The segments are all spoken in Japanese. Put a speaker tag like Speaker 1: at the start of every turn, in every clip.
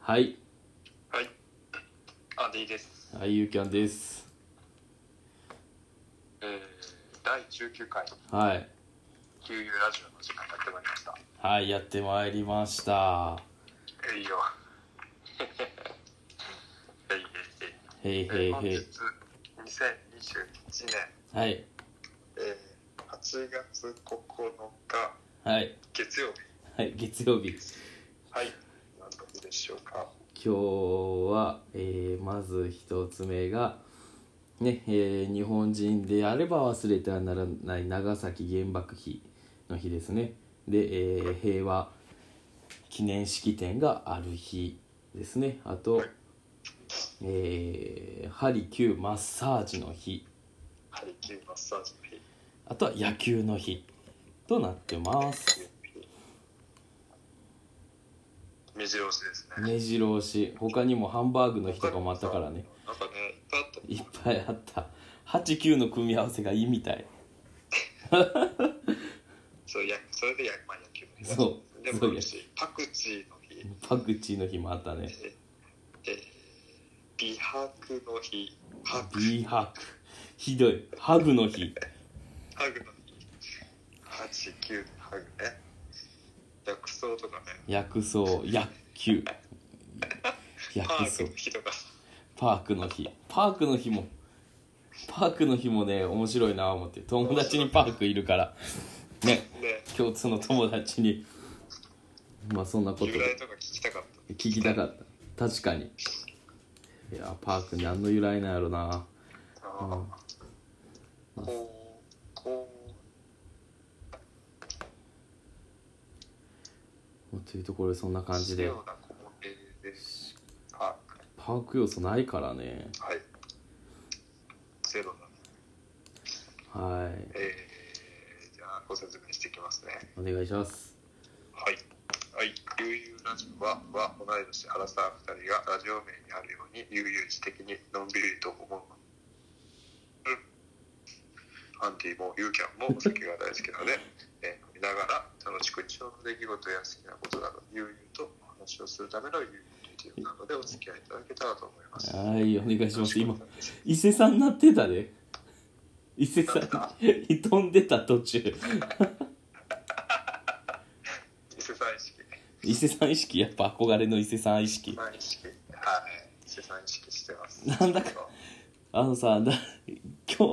Speaker 1: はい
Speaker 2: はい。あ、でいいです。
Speaker 1: はいゆうきゃんです
Speaker 2: えー、第19回、
Speaker 1: はい
Speaker 2: 給油ラジオの時間がやってまいりました。
Speaker 1: はいやってまいりました
Speaker 2: えいよ。 えいえ
Speaker 1: へい
Speaker 2: いえい。
Speaker 1: へい
Speaker 2: 本
Speaker 1: へ
Speaker 2: 日、
Speaker 1: い
Speaker 2: 2021年、
Speaker 1: はい
Speaker 2: えー、8月9日、
Speaker 1: はい
Speaker 2: 月曜日。
Speaker 1: はい月曜日
Speaker 2: はい。何の日でしょうか。
Speaker 1: 今日は、えーまず一つ目が、ねえー日本人であれば忘れてはならない長崎原爆碑の日ですねで、えー平和記念式典がある日ですねあと
Speaker 2: はい、
Speaker 1: えーハリキューマッサージの日
Speaker 2: ハリキューマッサージの日。
Speaker 1: あとは野球の日となってます
Speaker 2: 目白押しですね。
Speaker 1: 目白押し他にもハンバーグの日とかもあったからね
Speaker 2: なんかね、いっぱい
Speaker 1: いっぱい
Speaker 2: あったね
Speaker 1: あった89の組み合わせがいいみたい
Speaker 2: そうやそれでや、まあ、野球の日だ
Speaker 1: そう
Speaker 2: で
Speaker 1: そうで
Speaker 2: もある
Speaker 1: す
Speaker 2: しパクチーの日、
Speaker 1: パクチーの日もあったね
Speaker 2: えー、美白の日ハグ
Speaker 1: ビーハグひどいハグの日
Speaker 2: ハグの日八九ハグね薬草とかね
Speaker 1: 薬草薬球薬
Speaker 2: パー
Speaker 1: 草
Speaker 2: クの日とか
Speaker 1: パークの日パークの日もパークの日もね面白いな思って友達にパークいるからね
Speaker 2: ね
Speaker 1: 共通の友達にまあそんなこと
Speaker 2: 由来
Speaker 1: で
Speaker 2: とか聞きたかった
Speaker 1: 聞きたかった確かにいやパーク何の由来なんやろな
Speaker 2: ああ
Speaker 1: うん
Speaker 2: こうこ
Speaker 1: というところでそんな
Speaker 2: う
Speaker 1: 感じで
Speaker 2: ような光景ですパーク
Speaker 1: パーク要素ないからね
Speaker 2: はいゼロだね
Speaker 1: はい
Speaker 2: えー、じゃあご説明していきますね
Speaker 1: お願いします
Speaker 2: はい。はい。悠々ラジオは、は同い年アラサー2人がラジオ名にあるように悠々自適にのんびりと思う。うん。アンディもユーキャンもお酒が大好きなので、 えー飲みながら楽しく日常の出来事や好きなことなど、悠々とお話をするための悠々というなのでお付き合いいただけたらと思います。
Speaker 1: はいお願いします今
Speaker 2: よろしく
Speaker 1: 伊勢さんなってたで伊勢さん
Speaker 2: なってた
Speaker 1: 飛んでた途中
Speaker 2: 伊勢さん意識。
Speaker 1: 伊勢さん意識やっぱ憧れの伊勢さん意識
Speaker 2: 伊勢さん意識。はい。伊勢さん意識してます。
Speaker 1: なんだかあのさだ今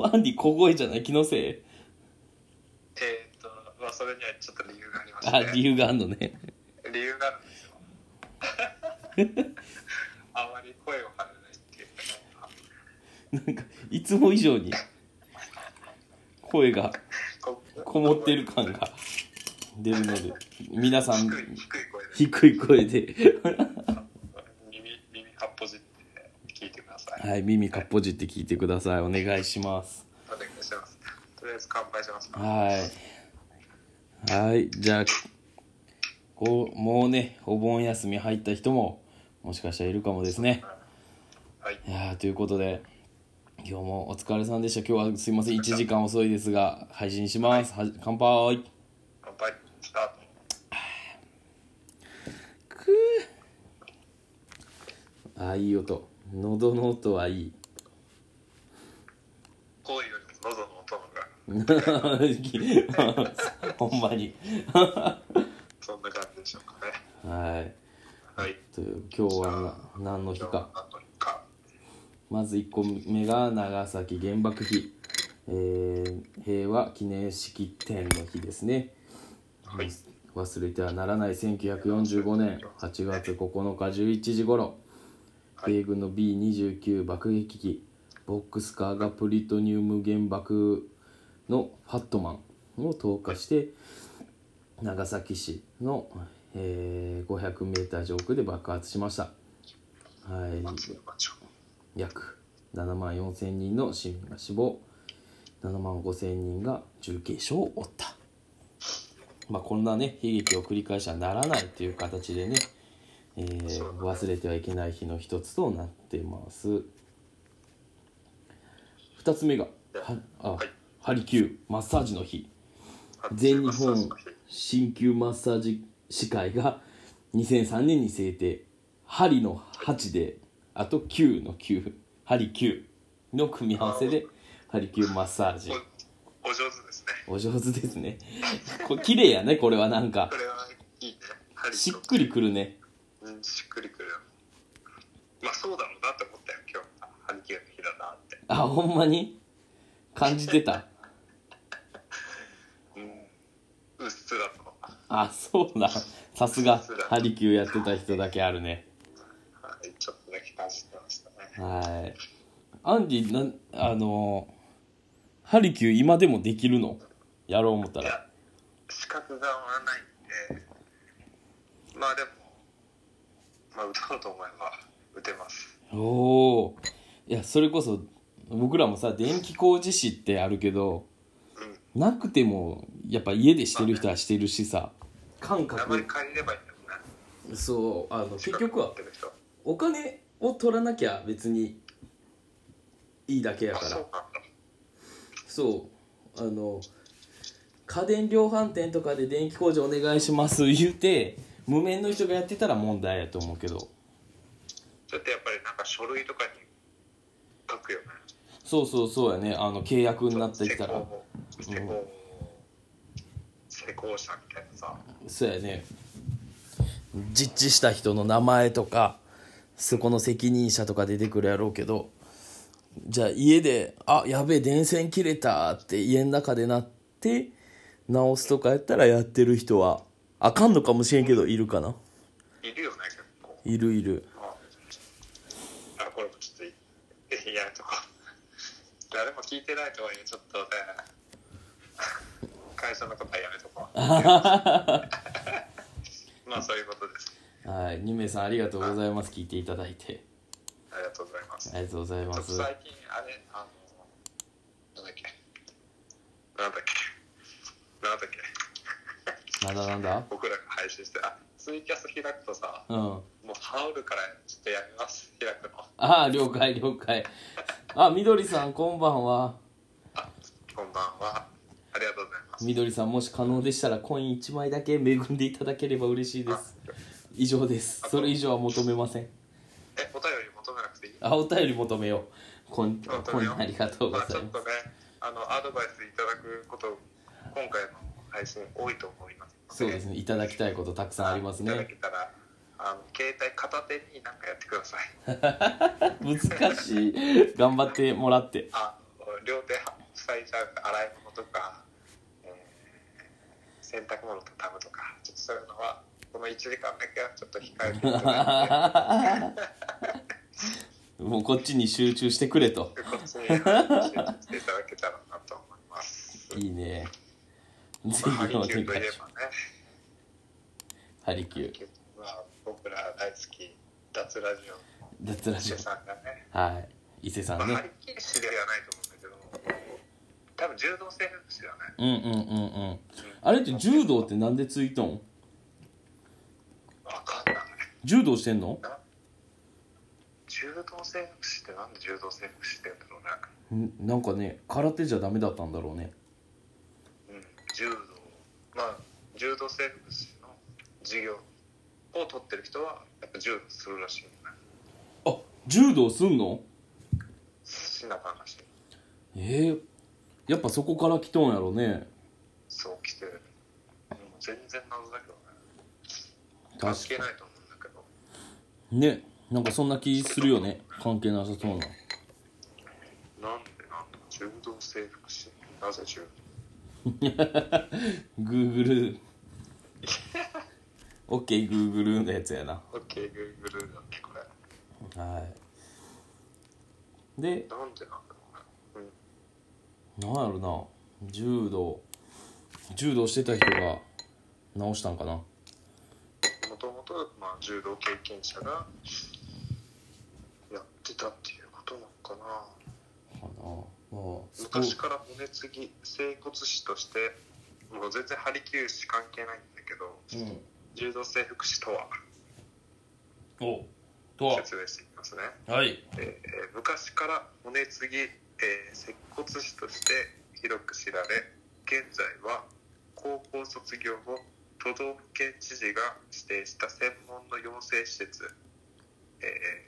Speaker 1: 日アンディ小声じゃない気のせい
Speaker 2: えーっと、まあ、それにはちょっと理由がありまして、
Speaker 1: あ理由があんのね
Speaker 2: 理由があるんですよ あまり声を張らないっていうかなんか
Speaker 1: なんかいつも以上に声が
Speaker 2: こ
Speaker 1: こもってる感が出るので皆さ
Speaker 2: 低
Speaker 1: ん
Speaker 2: い低い声で
Speaker 1: 低い声で
Speaker 2: 耳耳かっぽじって聞いてください、
Speaker 1: はい耳かっぽじって聞いてくださいお願いします
Speaker 2: お願いしますとりあえず乾杯しますか
Speaker 1: はい。はい、じゃあ、こう、もうね、お盆休み入った人も、もしかしたらいるかもですね。
Speaker 2: はい
Speaker 1: いやーということで、今日もお疲れさんでした。今日はすいません、1時間遅いですが、配信します。は乾杯。
Speaker 2: 乾杯スタート
Speaker 1: くーあー、いい音。喉の音はいい。
Speaker 2: 声よりも喉の音の方が
Speaker 1: ほんまに。
Speaker 2: そんな感じでしょうかね
Speaker 1: はい。
Speaker 2: はい
Speaker 1: という今日はな何の日か。
Speaker 2: 何の日か
Speaker 1: まず1個目が長崎原爆碑、えー平和記念式典の日ですね
Speaker 2: はい
Speaker 1: 忘れてはならない1945年8月9日11時頃
Speaker 2: はい
Speaker 1: 米軍の B29 爆撃機ボックスカーがプリトニウム原爆のファットマンを投下して長崎市の、え 500m 上空で爆発しました。はい、
Speaker 2: 松山町
Speaker 1: 約7万4千人の市民が死亡7万5千人が重軽傷を負った、まあ、こんなね悲劇を繰り返しはならないという形でね、えー
Speaker 2: そうだね
Speaker 1: 忘れてはいけない日の一つとなってます2つ目がはあ、
Speaker 2: はい
Speaker 1: ハリキューマッサージの日
Speaker 2: あ
Speaker 1: 全日
Speaker 2: そう
Speaker 1: 本
Speaker 2: そうそう
Speaker 1: 鍼灸マッサージ師会が2003年に制定針の8であと9の9針9の組み合わせで針9マッサージ
Speaker 2: おお上手ですね
Speaker 1: お上手ですねこれ綺麗やねこれはなんか
Speaker 2: これはいいねハリ
Speaker 1: しっ
Speaker 2: と
Speaker 1: くりくるね
Speaker 2: うんしっくりくるまあそうだろうなって思ったよ今日ハリキューの日だなって
Speaker 1: あほんまに感じてた
Speaker 2: うんうっすらと
Speaker 1: あそうださすが
Speaker 2: そうだ
Speaker 1: ハリキューやってた人だけあるね
Speaker 2: はいちょっとだけ感じてましたね
Speaker 1: はいアンディなんあのーハリキュー今でもできるのやろう思った
Speaker 2: い
Speaker 1: ら
Speaker 2: や資格が合わないんでまあでもまあ打とうと思えば打てます
Speaker 1: おおいやそれこそ僕らもさ電気工事士ってあるけど
Speaker 2: うん
Speaker 1: なくてもやっぱ家でしてる人はしてるしさ感
Speaker 2: 名前借りればいいんだもんね
Speaker 1: そうあの結局
Speaker 2: 資
Speaker 1: は
Speaker 2: 格持ってる人
Speaker 1: お金を取らなきゃ別にいいだけや
Speaker 2: あ
Speaker 1: から
Speaker 2: そうなんだ
Speaker 1: そうあの家電量販店とかで電気工事お願いします言うて無免の人がやってたら問題やと思うけど
Speaker 2: ちょっとやっぱりなんか書類とかに書くよね
Speaker 1: そうそうそうやねあの契約になってきたら
Speaker 2: 施工も施工者みたいなさ
Speaker 1: そうやね実地した人の名前とかそこの責任者とか出てくるやろうけどじゃあ家で「あやべえ電線切れた」って家の中でなって直すとかやったらやってる人はあかんのかもしれんけどいるかない
Speaker 2: るよね結構
Speaker 1: いるいる
Speaker 2: ああこれもちょっといいやとか誰も聞いてないとはいえちょっとね会社のことはやめとこうまあそういうことです
Speaker 1: はい、二名さんありがとうございます。聞いていただいて。
Speaker 2: ありがとうございます
Speaker 1: ありがとうございま
Speaker 2: ちょっと
Speaker 1: す。
Speaker 2: 最近あれあのなんだっけなんだっけなんだっけ
Speaker 1: なんだなんだ
Speaker 2: 僕らが配信してあツイキャス開くとさ
Speaker 1: うん。あ
Speaker 2: もう羽織るからちょっとやめます開くの
Speaker 1: あ、了解了解。あ、みどりさん、こんばんは。
Speaker 2: あこんばんはありがとうございます
Speaker 1: みどりさん、もし可能でしたらコイン1枚だけ恵んでいただければ嬉しいです。以上です。それ以上は求めません。
Speaker 2: え、お便り求めなくていい
Speaker 1: あ、お便り求めよう。コイン、
Speaker 2: 求
Speaker 1: コ
Speaker 2: め
Speaker 1: イ
Speaker 2: よ
Speaker 1: ンありがとうございます
Speaker 2: まあ、ち。ょっとね、あの、アドバイスいただくこと、今回の配信多いと思いますの
Speaker 1: そうですね。いただきたいことたくさんあります
Speaker 2: いただ
Speaker 1: ね
Speaker 2: け。たら、あの、携帯片手になんかやってくだ さい。
Speaker 1: 難しい。頑張ってもらって。
Speaker 2: あの両手塞いじゃう洗い物とか、えー洗濯物とたむとか、ちょっとそういうのは、この1時間だけはちょっと控えていた だいて。
Speaker 1: もうこっちに集中してくれと。
Speaker 2: こっちに集中していただけたらなと思います。
Speaker 1: いいね。ぜ
Speaker 2: まあ、ハ
Speaker 1: ひ
Speaker 2: リ
Speaker 1: お願い
Speaker 2: キ
Speaker 1: し
Speaker 2: ューと
Speaker 1: ま
Speaker 2: いえば
Speaker 1: す。
Speaker 2: ね。
Speaker 1: ハリキュー。
Speaker 2: まあ、僕ら大好き脱ラジオの
Speaker 1: 脱ラジ
Speaker 2: 主
Speaker 1: オ。
Speaker 2: さんがね、
Speaker 1: はい。伊勢さ
Speaker 2: まあ、
Speaker 1: ん
Speaker 2: 張
Speaker 1: ね。
Speaker 2: り切り知り合いはないと思うんだけど多分柔道整復師だよね
Speaker 1: うんうんうんうん。あれって柔道ってなんでついとん
Speaker 2: 分かんない
Speaker 1: 柔道してんの
Speaker 2: な柔道整復師ってなんで柔道整復師って言うんだろ
Speaker 1: んなんかね、空手じゃダメだったんだろうね。
Speaker 2: うね、うん、柔道まあ柔道整復師の授業を取ってる人はやっぱ柔道するらしいよね
Speaker 1: あ、柔道すんの
Speaker 2: しなかんらしい
Speaker 1: ええやっぱそこから来とんやろね。
Speaker 2: そう来てるもう全然謎だけどね関
Speaker 1: 確
Speaker 2: 係
Speaker 1: か
Speaker 2: ないと思うんだけど
Speaker 1: に。ね。なんかそんな気するよね。関係なさそうな。
Speaker 2: なんでなんだ柔道整復師なぜ柔道
Speaker 1: Google。OK、Google のやつやな。
Speaker 2: ?OK、Google だっけこれ。
Speaker 1: はい。で、
Speaker 2: なんでなんだろうね。うん。
Speaker 1: なんやろな柔道柔道してた人が直したんかな
Speaker 2: もともと、まあ、柔道経験者がやってたっていうことなのかな。
Speaker 1: かなまあスポ
Speaker 2: 昔から骨継ぎ、整骨師として、もう全然針球師関係ないんだけど、
Speaker 1: うん
Speaker 2: 柔道整復師とは
Speaker 1: おとは
Speaker 2: 説明していきますね。
Speaker 1: はい
Speaker 2: えーえー昔から骨継ぎえー接骨師として広く知られ現在は高校卒業後都道府県知事が指定した専門の養成施設、え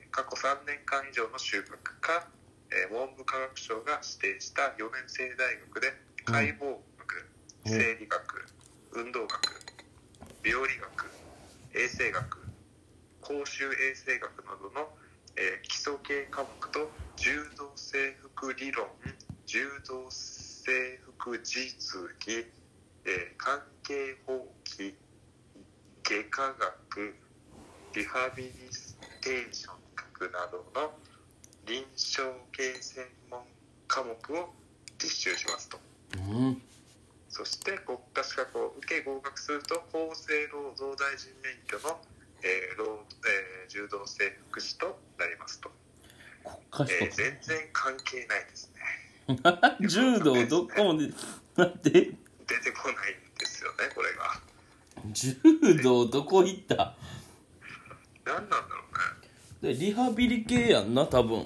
Speaker 2: ー過去3年間以上の修学か、えー文部科学省が指定した4年生大学で解剖学、
Speaker 1: うん
Speaker 2: 生理学運動学病理学衛生学公衆衛生学などの、えー基礎系科目と柔道制服理論柔道制服実技、えー関係法規外科学リハビリステーション学などの臨床系専門科目を実習しますと。
Speaker 1: うん
Speaker 2: そして国家資格を受け合格すると厚生労働大臣免許の、えー労えー柔道整復師となりますと、
Speaker 1: 国家資
Speaker 2: えー
Speaker 1: 格
Speaker 2: 全然関係ないですね
Speaker 1: 柔道どこもで待って
Speaker 2: 出てこないんですよねこれが
Speaker 1: 柔道どこ行った
Speaker 2: 何なんだろう
Speaker 1: で
Speaker 2: ね
Speaker 1: リハビリ系やんな多分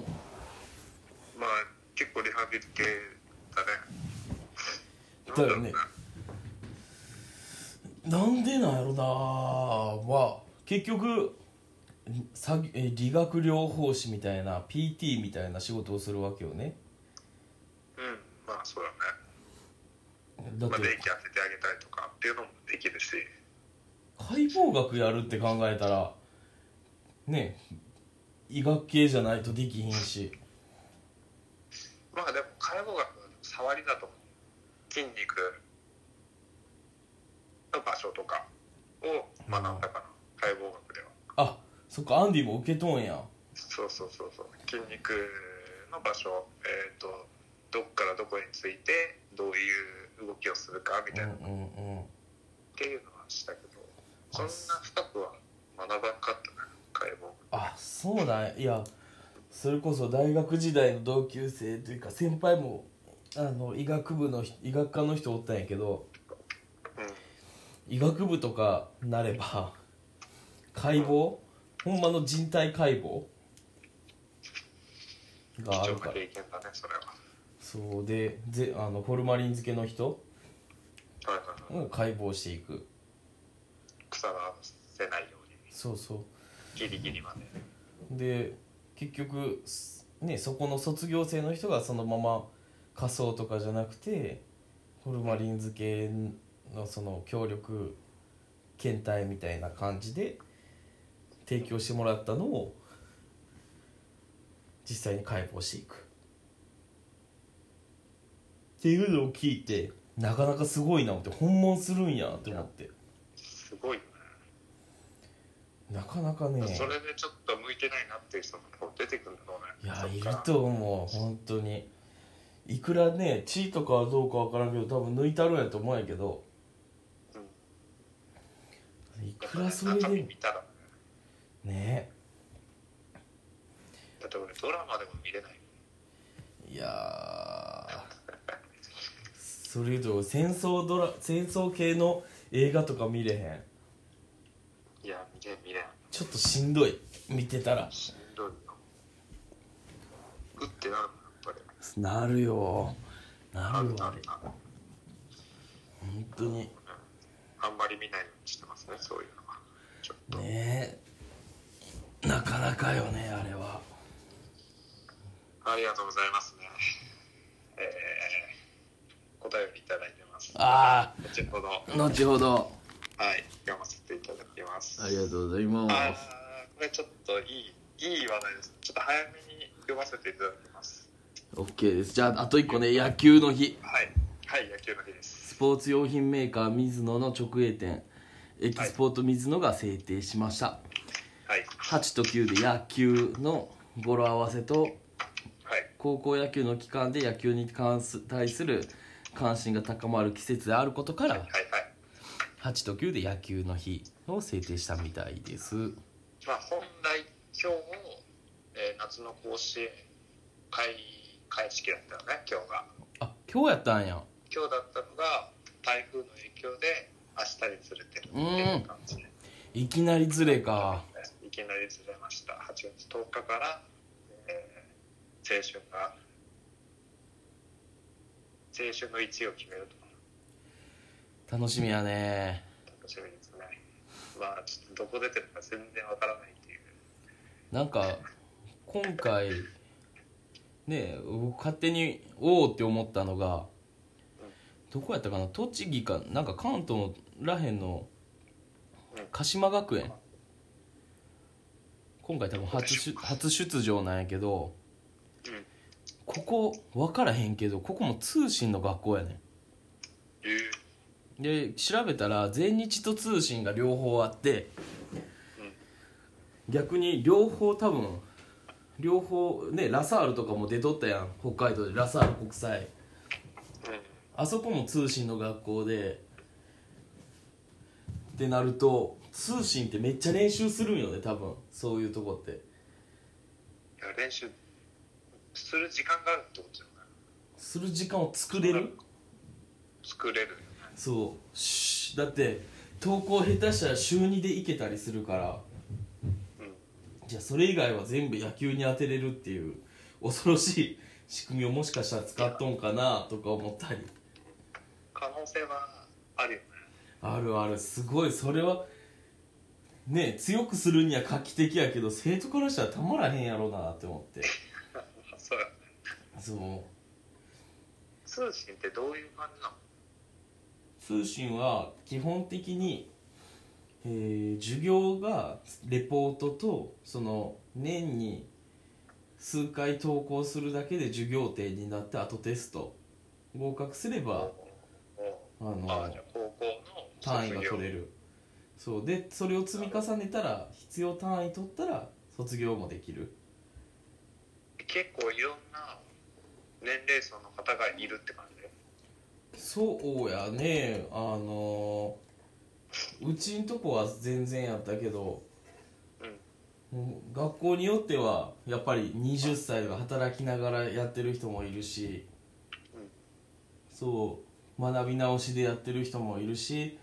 Speaker 2: まあ結構リハビリ系だね
Speaker 1: だよねなんでなんやろなまあ結局さえ理学療法士みたいな PT みたいな仕事をするわけよね
Speaker 2: うんまあそうだね、
Speaker 1: だっ
Speaker 2: まあ、電
Speaker 1: て
Speaker 2: 気当ててあげたりとかっていうのもできるし
Speaker 1: 解剖学やるって考えたらね医学系じゃないとできひんし
Speaker 2: まあでも解剖学は触りだと思う筋肉の場所とかを学んだから、解剖学では
Speaker 1: あそっかアンディも受けとんや
Speaker 2: そうそうそうそう筋肉の場所えっ、とどこからどこについてどういう動きをするかみ
Speaker 1: う
Speaker 2: た
Speaker 1: ん
Speaker 2: いうな、
Speaker 1: ん
Speaker 2: っ
Speaker 1: うん
Speaker 2: ていうのはしたけどそんな深くは学ばんかったな解剖
Speaker 1: あそうなんいやそれこそ大学時代の同級生というか先輩もあの医学部の人医学科の人おったんやけど
Speaker 2: 学うん
Speaker 1: 医学部とかなれば解剖ほんまの人体解剖があ
Speaker 2: 貴
Speaker 1: る
Speaker 2: 重
Speaker 1: か
Speaker 2: な
Speaker 1: ら
Speaker 2: 経験だねそれは
Speaker 1: そうでぜあのフォルマリン漬けの人
Speaker 2: はいはいはい
Speaker 1: を解剖していく
Speaker 2: 腐らせないように
Speaker 1: そうそう
Speaker 2: ギリギリまで
Speaker 1: で結局すねそこの卒業生の人がそのまま仮装とかじゃなくてホルマリン漬けのその協力検体みたいな感じで提供してもらったのを実際に解剖していくっていうのを聞いてなかなかすごいな思って訪問するんやって思って
Speaker 2: すごいよね
Speaker 1: なかなかね
Speaker 2: それでちょっと向いてないなっていう人も出てくるのね
Speaker 1: いや
Speaker 2: そっ
Speaker 1: いる
Speaker 2: から
Speaker 1: と思う本当にいくらね地位とかはどうかわからんけど多分抜いたるんやと思うんやけど
Speaker 2: うん
Speaker 1: い
Speaker 2: やっ
Speaker 1: く
Speaker 2: ぱね
Speaker 1: らそれ
Speaker 2: 中身
Speaker 1: で
Speaker 2: 見たらね
Speaker 1: ね
Speaker 2: だって俺ドラマでも見れない
Speaker 1: いやーそれと戦争ドラ戦争系の映画とか見れへん
Speaker 2: いや見れん見れん
Speaker 1: ちょっとしんどい見てたら
Speaker 2: しんどいようってなるもんやっぱり
Speaker 1: なるよな
Speaker 2: な
Speaker 1: る
Speaker 2: る
Speaker 1: よ
Speaker 2: なるなる
Speaker 1: 本当に
Speaker 2: あんまり見ないようにしてますねそういうのはちょっと、
Speaker 1: ねえなかなかよねあれは
Speaker 2: ありがとうございますねえー、お便りいただいてます
Speaker 1: あ
Speaker 2: 後ほどは
Speaker 1: あ後ほど
Speaker 2: い読ませていただきます
Speaker 1: ありがとうございま
Speaker 2: あ
Speaker 1: す
Speaker 2: ーこれちょっといいいい話題ですちょっと早めに読ませていただきます
Speaker 1: オッケーですじゃああと1個ね野球の日
Speaker 2: はいはい野球の日で
Speaker 1: ス
Speaker 2: す
Speaker 1: ポーツ用品メーカーミズノの直営店エキスポートミズノが制定しました、
Speaker 2: はい
Speaker 1: 8と9で野球の語呂合わせと
Speaker 2: はい
Speaker 1: 高校野球の期間で野球に関す対する関心が高まる季節であることか
Speaker 2: はいは
Speaker 1: ら
Speaker 2: いはい
Speaker 1: 8と9で野球の日を制定したみたいです
Speaker 2: まあ本来今日も、えー夏の甲子園開会式だったよね今日が
Speaker 1: あ今日やったんや
Speaker 2: 今日だったのが台風の影響で明日にずれてるっていう感じで
Speaker 1: いきなりズレか
Speaker 2: いきなりずれました8月10日から、えー青春が青春の1位を決めると
Speaker 1: 楽しみやね
Speaker 2: 楽しみですねまあちょっとどこ出てるか全然わからないっていう
Speaker 1: なんか今回ね僕勝手におおって思ったのがどこやったかな栃木かなんか関東らへんの鹿島学園今回多分初出初出場なんやけど
Speaker 2: うん
Speaker 1: ここ分からへんけどここも通信の学校やね
Speaker 2: いう、
Speaker 1: んで調べたら全日と通信が両方あって逆に両方多分両方ねラサールとかも出とったやん北海道でラサール国際
Speaker 2: うんうん、
Speaker 1: あそこも通信の学校でってなると通信ってめっちゃ練習するんよね多分そういうとこって
Speaker 2: いや練習する時間があるってことじゃない
Speaker 1: する時間を作れる
Speaker 2: 作れるよね
Speaker 1: そうしだって投稿下手したら週2でいけたりするから
Speaker 2: うん
Speaker 1: じゃあそれ以外は全部野球に当てれるっていう恐ろしい仕組みをもしかしたら使っとんかなとか思ったり
Speaker 2: 可能性はあるよね
Speaker 1: あるあるすごいそれはね強くするには画期的やけど生徒からしたらたまらへんやろうなって思って
Speaker 2: そうやね
Speaker 1: そう
Speaker 2: 通信ってどういう感じなの
Speaker 1: 通信は基本的に、えー授業がレポートとその年に数回投稿するだけで授業定になってあとテスト合格すれば
Speaker 2: お
Speaker 1: あの
Speaker 2: ああじゃあ高校の
Speaker 1: 単位が取れ
Speaker 2: る
Speaker 1: るそうでそれを積み重ねたら必要単位取ったら卒業もできる
Speaker 2: 結構いろんな年齢層の方がいるって感じで
Speaker 1: そうやねあのうちんとこは全然やったけど
Speaker 2: うん
Speaker 1: もう学校によってはやっぱり20歳とか働きながらやってる人もいるし
Speaker 2: うん
Speaker 1: そう学び直しでやってる人もいるし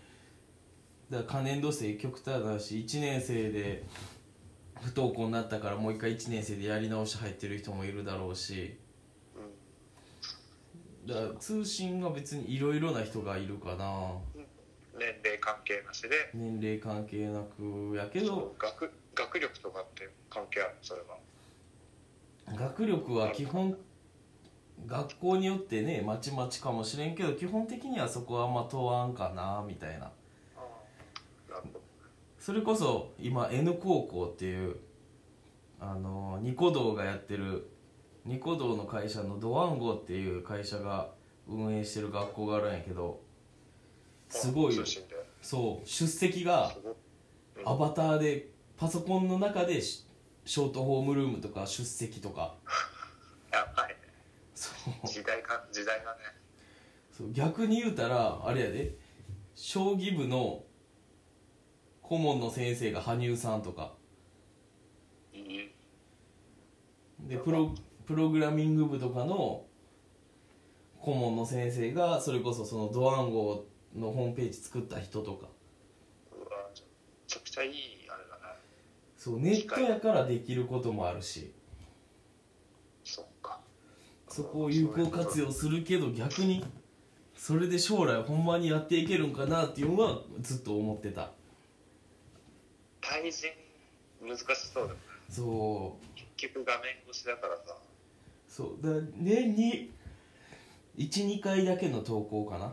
Speaker 1: だから可燃度生極端だし1年生で不登校になったからもう一回1年生でやり直し入ってる人もいるだろうしだから通信が別にいろいろな人がいるかな
Speaker 2: うん、年齢関係なしで
Speaker 1: 年齢関係なくやけど
Speaker 2: 学学力とかって関係あるそれは
Speaker 1: 学力は基本学校によってねまちまちかもしれんけど基本的にはそこはあんま問わんかなみたいな
Speaker 2: なるほど
Speaker 1: それこそ今 N 高校っていうあのニコ動がやってるニコ動の会社のドワンゴっていう会社が運営してる学校があるんやけどすごい
Speaker 2: 通信で
Speaker 1: そう出席が
Speaker 2: すごいうん
Speaker 1: アバターでパソコンの中でしショートホームルームとか出席とか
Speaker 2: やばいね
Speaker 1: そう
Speaker 2: 時代か時代がね
Speaker 1: そう逆に言うたらあれやで将棋部の顧問の先生が羽生さんとか
Speaker 2: いい
Speaker 1: でプロプログラミング部とかの顧問の先生がそれこそそのドワンゴのホームページ作った人とか
Speaker 2: うわめちゃくちゃいいあれだね
Speaker 1: そうネットやからできることもあるし
Speaker 2: そっか
Speaker 1: そこを有効活用するけど逆にそれで将来ほんまにやっていけるんかなっていうのはずっと思ってた
Speaker 2: 対人難しそうだよね
Speaker 1: そう
Speaker 2: 結局画面越しだからさ
Speaker 1: そうだ年に12回だけの投稿かな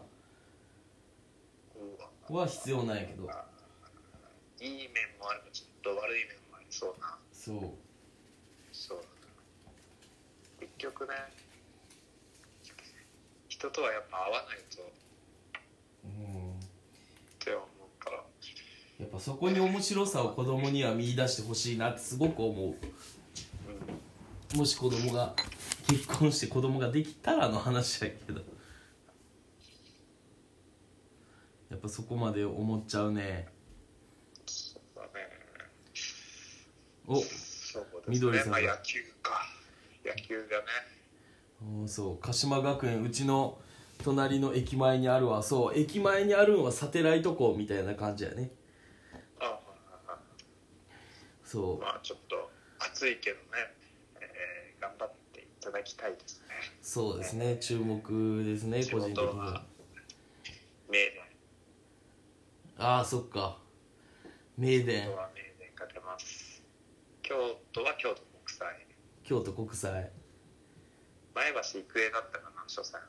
Speaker 2: うわ
Speaker 1: は必要ないけど
Speaker 2: いい面もあればちょっと悪い面もありそうな
Speaker 1: そ
Speaker 2: そうだね結局ね人とはやっぱ合わないとっ
Speaker 1: ううん
Speaker 2: て思うから
Speaker 1: やっぱそこに面白さを子供には見出してほしいなってすごく思
Speaker 2: うん
Speaker 1: うもし子供が結婚して子供ができたらの話やけどやっぱそこまで思っちゃうね
Speaker 2: そうだね
Speaker 1: お
Speaker 2: そうですね
Speaker 1: 緑さん
Speaker 2: まあ野球か野球だね
Speaker 1: うんそう鹿島学園うちの隣の駅前にあるわそう駅前にあるんはサテライト校みたいな感じやね
Speaker 2: ああああ
Speaker 1: そう
Speaker 2: まあちょっと暑いけどね、えー頑張っていただだきたいですね。
Speaker 1: そうですね注目ですね個人的には
Speaker 2: 名電
Speaker 1: ああそっか名電
Speaker 2: 今日は名電が出ます。京都は京都国際。
Speaker 1: 京都国際
Speaker 2: 前橋育英だったかな、初戦。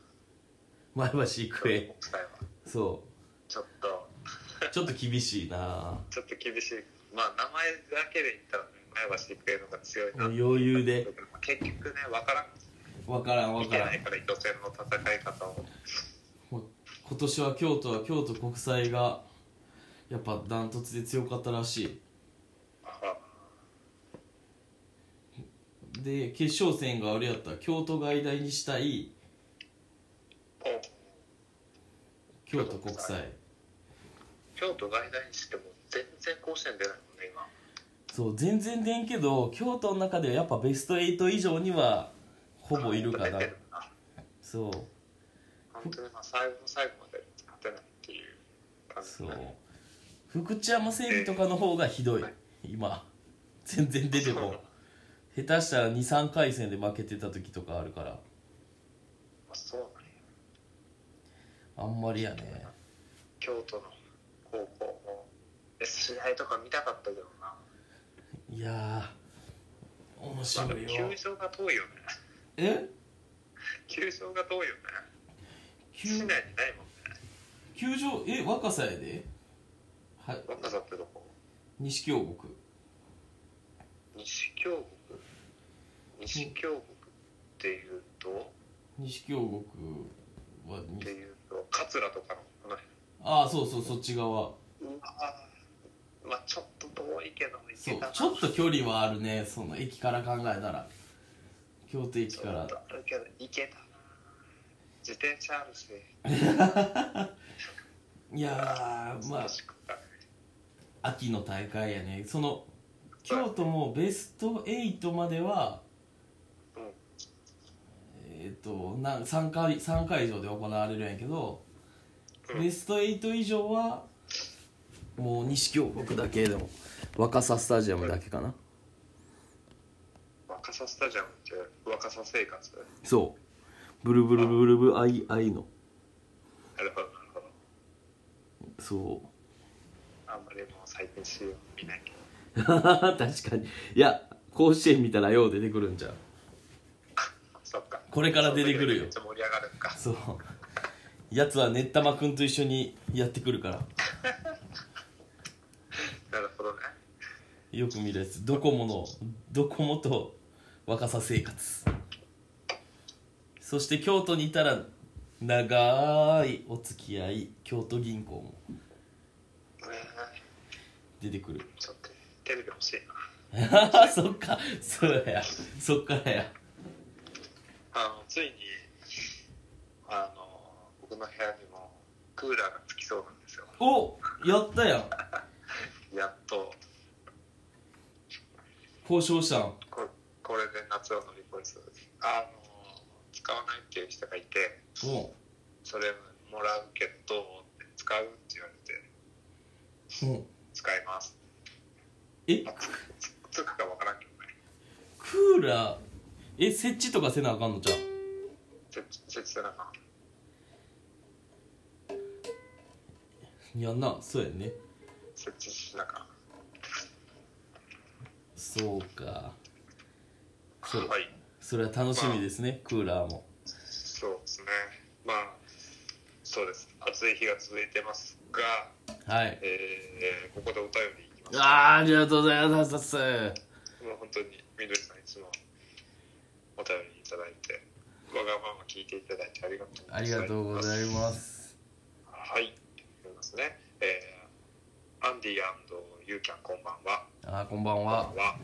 Speaker 1: 前橋育
Speaker 2: 京
Speaker 1: 英
Speaker 2: 都国際は。
Speaker 1: そ
Speaker 2: ちょっと、
Speaker 1: うちょっと厳しいな
Speaker 2: ちょっと厳しい。まあ、名前だけで言ったら、ね、前橋育英の方が強いな。
Speaker 1: 余裕で
Speaker 2: 結局ね、わからん。
Speaker 1: 分からん分
Speaker 2: 見
Speaker 1: か
Speaker 2: て
Speaker 1: ら
Speaker 2: なんいから、予選の戦い方を。
Speaker 1: もう今年は京都は京都国際がやっぱダントツで強かったらし
Speaker 2: あ
Speaker 1: いで決勝戦があれやった京都外大にしたい
Speaker 2: お
Speaker 1: 京都国際
Speaker 2: 京都外大にしても全然甲子園出ないもんね、今。
Speaker 1: そう全然出んけど京都の中ではやっぱベスト8以上にはほぼいるか
Speaker 2: 出
Speaker 1: な
Speaker 2: てるな
Speaker 1: そう
Speaker 2: 本当にまあ最後の最後まで勝てないっていう感じ
Speaker 1: そ
Speaker 2: だ
Speaker 1: う
Speaker 2: ね
Speaker 1: 福知山整備とかの方がひどい
Speaker 2: はい
Speaker 1: 今全然出て
Speaker 2: そう
Speaker 1: こん下手したら23回戦で負けてた時とかあるから
Speaker 2: まあそうなんや
Speaker 1: あんまりやね
Speaker 2: 京都の高校もえ試合とか見たかったけどな、
Speaker 1: いやー面白
Speaker 2: まあでも
Speaker 1: いよ
Speaker 2: 球場が遠いよね
Speaker 1: え
Speaker 2: 球場が遠いよね市内
Speaker 1: 球
Speaker 2: にないもんね
Speaker 1: 球場え若狭やではい
Speaker 2: 若狭ってどこ
Speaker 1: 西京極
Speaker 2: 西京極西京極っていうと
Speaker 1: 西京極はに
Speaker 2: っていうと桂とかのこの
Speaker 1: ああそうそうそっち側
Speaker 2: 辺うわまあちょっと遠いけど行
Speaker 1: そ
Speaker 2: け
Speaker 1: う
Speaker 2: たな
Speaker 1: ちょっと距離はあるねその駅から考えたら京都駅
Speaker 2: ちょ
Speaker 1: から
Speaker 2: っとあるけど行けたな自転車あるし
Speaker 1: いやーま
Speaker 2: 少しくらい
Speaker 1: あ秋の大会やねその京都もベスト8までは
Speaker 2: うん
Speaker 1: えっ、とな3回3会場で行われるんやけど、
Speaker 2: うん
Speaker 1: ベスト8以上はもう西京極だけでも若狭スタジアムだけかな、
Speaker 2: 若狭スタジアムって若狭生活
Speaker 1: そうブルブルブルブルアイアイの
Speaker 2: なるほどなるほど
Speaker 1: そう
Speaker 2: あんまりもう最近 CM 見ないけど
Speaker 1: 確かにいや甲子園見たらよう出てくるんじゃう
Speaker 2: そっか
Speaker 1: これから出てくるよ
Speaker 2: めっちゃ盛り上がるんか
Speaker 1: そうやつは熱玉くんと一緒にやってくるから
Speaker 2: なるほどね
Speaker 1: よく見るやつドコモのドコモと若さ生活そして京都にいたら長いお付き合い京都銀行も
Speaker 2: え
Speaker 1: 出
Speaker 2: ー
Speaker 1: てくる
Speaker 2: ちょっとテレビ欲しいな
Speaker 1: そっかそうやそっからや
Speaker 2: あのついにあの僕の部屋にもクーラーがつきそうなんですよ
Speaker 1: おやったやん
Speaker 2: やっと
Speaker 1: 交渉したん
Speaker 2: ここれで夏を乗り越えそうですあの使わないっていう人がいて
Speaker 1: おう
Speaker 2: それもらうけどどうって使うって言われて
Speaker 1: おう
Speaker 2: 使います
Speaker 1: え
Speaker 2: あつくつつくかわからんけどね
Speaker 1: クーラーえ設置とかせなあかんのじゃん
Speaker 2: 設設置せなあかん
Speaker 1: いやんなそうやね
Speaker 2: 設置しなあかん
Speaker 1: そうかそう
Speaker 2: はい
Speaker 1: それは楽しみですね、クーラーも
Speaker 2: そうですねまあそうです暑い日が続いてますが、
Speaker 1: はい
Speaker 2: えーここでお便りいきます
Speaker 1: あーありがとうございます
Speaker 2: もう本当にみどりさんいつもお便りいただいてわがまま聞いていただいてありがとう
Speaker 1: ありがとうございます
Speaker 2: はい思いますねえーアンディユーキャンこんばんは
Speaker 1: あーこんばん
Speaker 2: こんば
Speaker 1: は
Speaker 2: んは、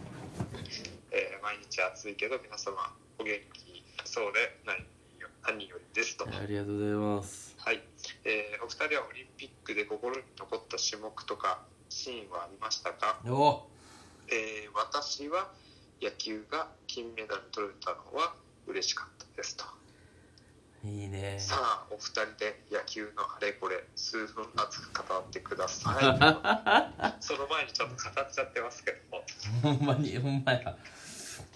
Speaker 2: えー毎日暑いけど皆様お元気そうでないよ何よりですと、
Speaker 1: ありがとうございます
Speaker 2: はいえーお二人はオリンピックで心に残った種目とかシーンはありましたか、
Speaker 1: お
Speaker 2: えー私は野球が金メダル取れたのは嬉しかったですと、
Speaker 1: いいね
Speaker 2: さあお二人で野球のあれこれ数分熱く語ってくださ いその前にちょっと語っちゃってますけども
Speaker 1: ほんまにほんまや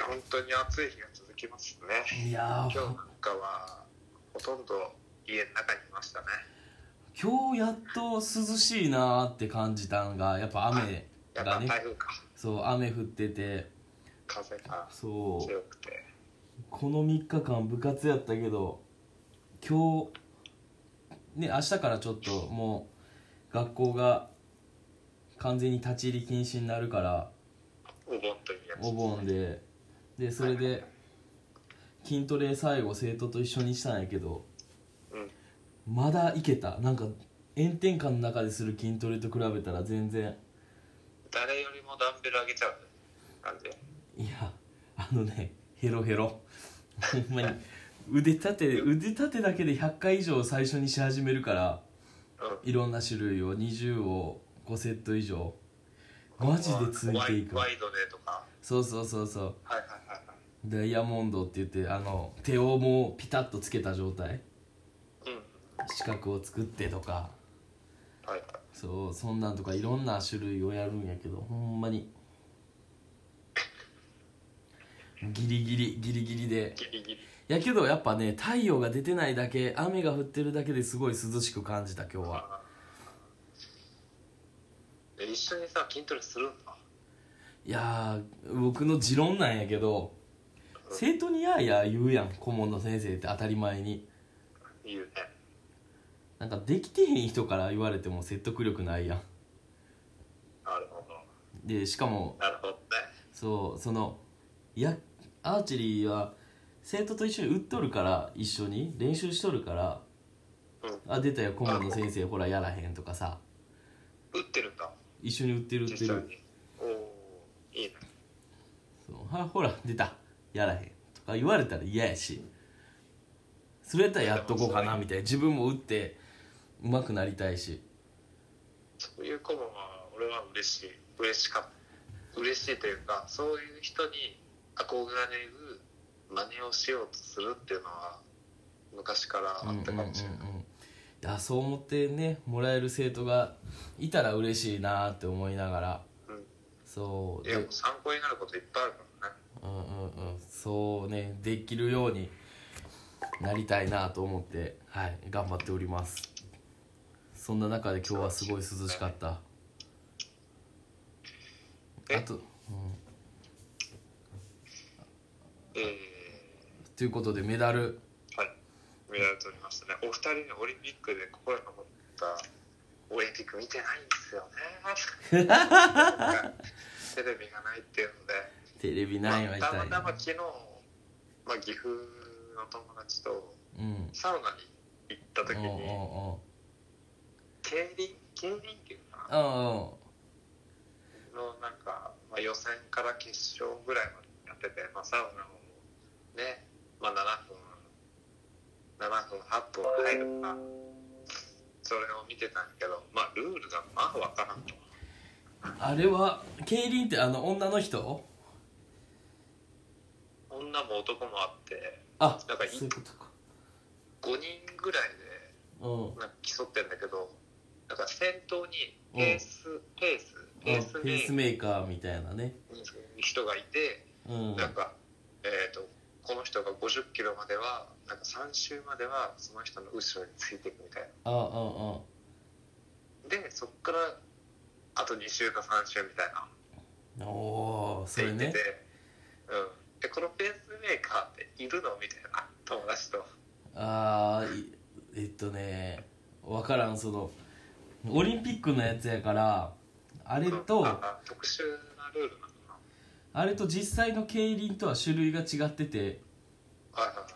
Speaker 2: 本当に暑い日が続ききますね
Speaker 1: いやー
Speaker 2: 今日なんかはほとんど家の中にいましたね
Speaker 1: 今日やっと涼しいなーって感じたんがやっぱ雨
Speaker 2: やっぱ
Speaker 1: がね
Speaker 2: 台風か
Speaker 1: そう雨降ってて
Speaker 2: 風が
Speaker 1: そう
Speaker 2: 強くて
Speaker 1: この3日間部活やったけど今日ね明日からちょっともう学校が完全に立ち入り禁止になるから
Speaker 2: お盆といえば
Speaker 1: お盆ででそれで筋トレ最後生徒と一緒にしたんやけど
Speaker 2: うん
Speaker 1: まだいけたなんか炎天下の中でする筋トレと比べたら全然
Speaker 2: 誰よりもダンベル上げちゃう感じ
Speaker 1: いやあのねヘロヘロほんまに腕立て腕立てだけで100回以上最初にし始めるから
Speaker 2: う
Speaker 1: いろんな種類を20を5セット以上マジでついていく
Speaker 2: ワイワイドでとか
Speaker 1: そうそうそうそう
Speaker 2: はいはいはいはい
Speaker 1: ダイヤモンドって言ってあの手をもうピタッとつけた状態
Speaker 2: うん
Speaker 1: 四角を作ってとか
Speaker 2: はいはい
Speaker 1: そうそんなんとかいろんな種類をやるんやけどほんまにギリギリギリギリで
Speaker 2: ギリギリ
Speaker 1: やけどやっぱね太陽が出てないだけ雨が降ってるだけですごい涼しく感じた今日は
Speaker 2: あーえ一緒にさ筋トレするんだ
Speaker 1: いやー僕の持論なんやけど生徒にやーやー言うやん顧問の先生って当たり前に
Speaker 2: いいよね
Speaker 1: なんかできてへん人から言われても説得力ないやん
Speaker 2: なるほど
Speaker 1: でしかも
Speaker 2: なるほどね
Speaker 1: そうそのやアーチェリーは生徒と一緒に打っとるから一緒に練習しとるから
Speaker 2: うん
Speaker 1: あ出たよ顧問の先生ほらやらへんとかさ
Speaker 2: 打ってるんだ
Speaker 1: 一緒に打ってる打って
Speaker 2: 実際
Speaker 1: る
Speaker 2: におおーいいね
Speaker 1: そうはほら出たやらへんとか言われたら嫌やしそれやったらやっとこうかなみたいな自分も打って上手くなりたいし
Speaker 2: そういう顧問は俺は嬉しい嬉しかった嬉しいというかそういう人に憧れる真似をしようとするっていうのは昔からあったかもしれな
Speaker 1: う
Speaker 2: い、
Speaker 1: んうんうんうんいやそう思ってねもらえる生徒がいたら嬉しいなって思いながら
Speaker 2: うん
Speaker 1: そう
Speaker 2: いや
Speaker 1: で
Speaker 2: もう参考になることいっぱいあるからね
Speaker 1: うんうんうんそうねできるようになりたいなと思ってはい頑張っておりますそんな中で今日はすごい涼しかった
Speaker 2: え
Speaker 1: あと、うん、
Speaker 2: え
Speaker 1: ということでメダル
Speaker 2: ー、はい見られておりましたねお二人にオリンピックで心が残ったオリンピック見てないんですよね テレビがないっていうので
Speaker 1: テレビ
Speaker 2: ま
Speaker 1: ないは
Speaker 2: あ、
Speaker 1: 痛
Speaker 2: たま
Speaker 1: い
Speaker 2: たま
Speaker 1: な
Speaker 2: 昨日、まあ、岐阜の友達と
Speaker 1: うん
Speaker 2: サウナに行った時
Speaker 1: おう
Speaker 2: に
Speaker 1: おうおう
Speaker 2: 競輪競輪っていうのかな
Speaker 1: あ
Speaker 2: のなんか、まあ、予選から決勝ぐらいまでやってて、まあ、サウナをね、まあ、7分7分8分入るかそれを見てたんやけど、まあ、ルールがまあわからんと
Speaker 1: ああれは競輪ってあの女の人
Speaker 2: 女も男もあって
Speaker 1: あ
Speaker 2: なんかい
Speaker 1: そういうことか
Speaker 2: 5人ぐらいで
Speaker 1: う
Speaker 2: なんか競ってんだけどなんか先頭にペース、ペースペ
Speaker 1: んうんペ
Speaker 2: ー
Speaker 1: ー
Speaker 2: ス
Speaker 1: ス
Speaker 2: メ
Speaker 1: メーカーみたいなね
Speaker 2: イクに人がいて、
Speaker 1: うん
Speaker 2: なんか、えー、とこの人が50キロまではなんか3周まではその人の後ろについていくみたい
Speaker 1: ああああ
Speaker 2: なでそっからあと2周か3周みたいな
Speaker 1: おおそ
Speaker 2: って
Speaker 1: れ
Speaker 2: 言って
Speaker 1: ね
Speaker 2: て、うん、でこのペースメーカーっているのみたいな友達と
Speaker 1: ああえっとね分からんそのオリンピックのやつやからあれと
Speaker 2: なんか特殊なルールなのかな
Speaker 1: あれと実際の競輪とは種類が違ってて
Speaker 2: はいはいはい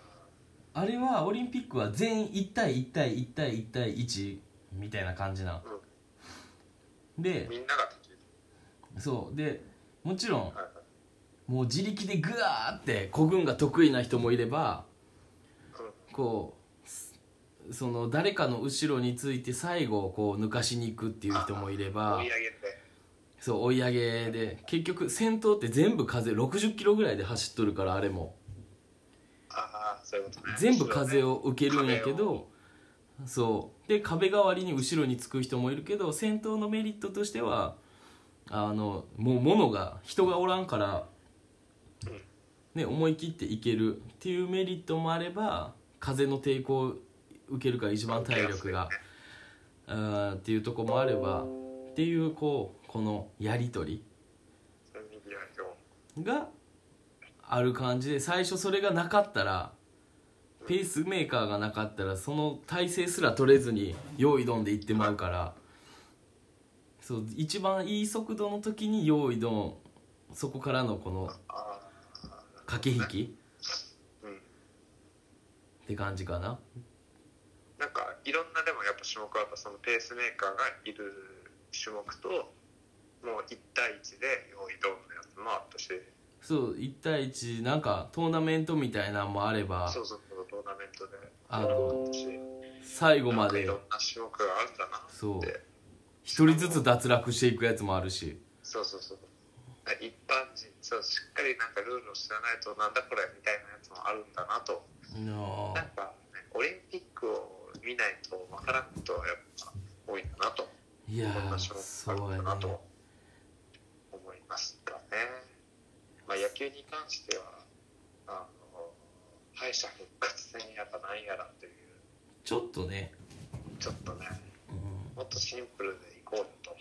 Speaker 1: あれはオリンピックは全員1対1対1対1対1みたいな感じなん
Speaker 2: うん
Speaker 1: で
Speaker 2: みんなができる、
Speaker 1: そうでもちろん
Speaker 2: はいはい
Speaker 1: もう自力でグワーって古軍が得意な人もいれば
Speaker 2: うん
Speaker 1: こうすその誰かの後ろについて最後こう抜かしに行くっていう人もいれば
Speaker 2: 追い上げて
Speaker 1: そう追い上げで結局先頭って全部風60キロぐらいで走っとるからあれも
Speaker 2: ああそういうことね
Speaker 1: 全部風を受けるんやけどそうで壁代わりに後ろにつく人もいるけど先頭のメリットとしてはあのもう物が人がおらんから
Speaker 2: うん
Speaker 1: ね、思い切っていけるっていうメリットもあれば風の抵抗を受けるから一番体力が、あーっていうとこもあればっていうこうこのやり取
Speaker 2: そういう意味ではよ
Speaker 1: りがある感じで最初それがなかったらペースメーカーがなかったらその体勢すら取れずに用意どんでいってまうからそう一番いい速度の時に用意どんそこからのこの
Speaker 2: あ
Speaker 1: 駆け引き
Speaker 2: ーうん
Speaker 1: って感じかな。
Speaker 2: なんかいろんなでもやっぱ種目はやっぱそのペースメーカーがいる種目ともう1対1で用意ドームのやつもあったし
Speaker 1: そう1対1なんかトーナメントみたいなのもあれば
Speaker 2: そうそうそうトーナメントで
Speaker 1: あ
Speaker 2: あ
Speaker 1: の
Speaker 2: ったし
Speaker 1: 最後
Speaker 2: な
Speaker 1: ま
Speaker 2: んかい
Speaker 1: で
Speaker 2: ろんな種目があるんだなって
Speaker 1: そう一人ずつ脱落していくやつもあるし
Speaker 2: そうそうそう一般人そうしっかりなんかルールを知らないとなんだこれみたいなやつもあるんだなと
Speaker 1: な
Speaker 2: なん
Speaker 1: あ
Speaker 2: か、ね、オリンピックを見ないとわからんことはやっぱ多いんだなと
Speaker 1: いや
Speaker 2: こんな
Speaker 1: ー
Speaker 2: 種
Speaker 1: そう
Speaker 2: 目
Speaker 1: やね
Speaker 2: があるんだなと思いましたね。まあ、野球に関してはあの敗者復活戦やらなんやらという
Speaker 1: ちょっとね、
Speaker 2: ちょっとね
Speaker 1: うん
Speaker 2: もっとシンプルでいこうよと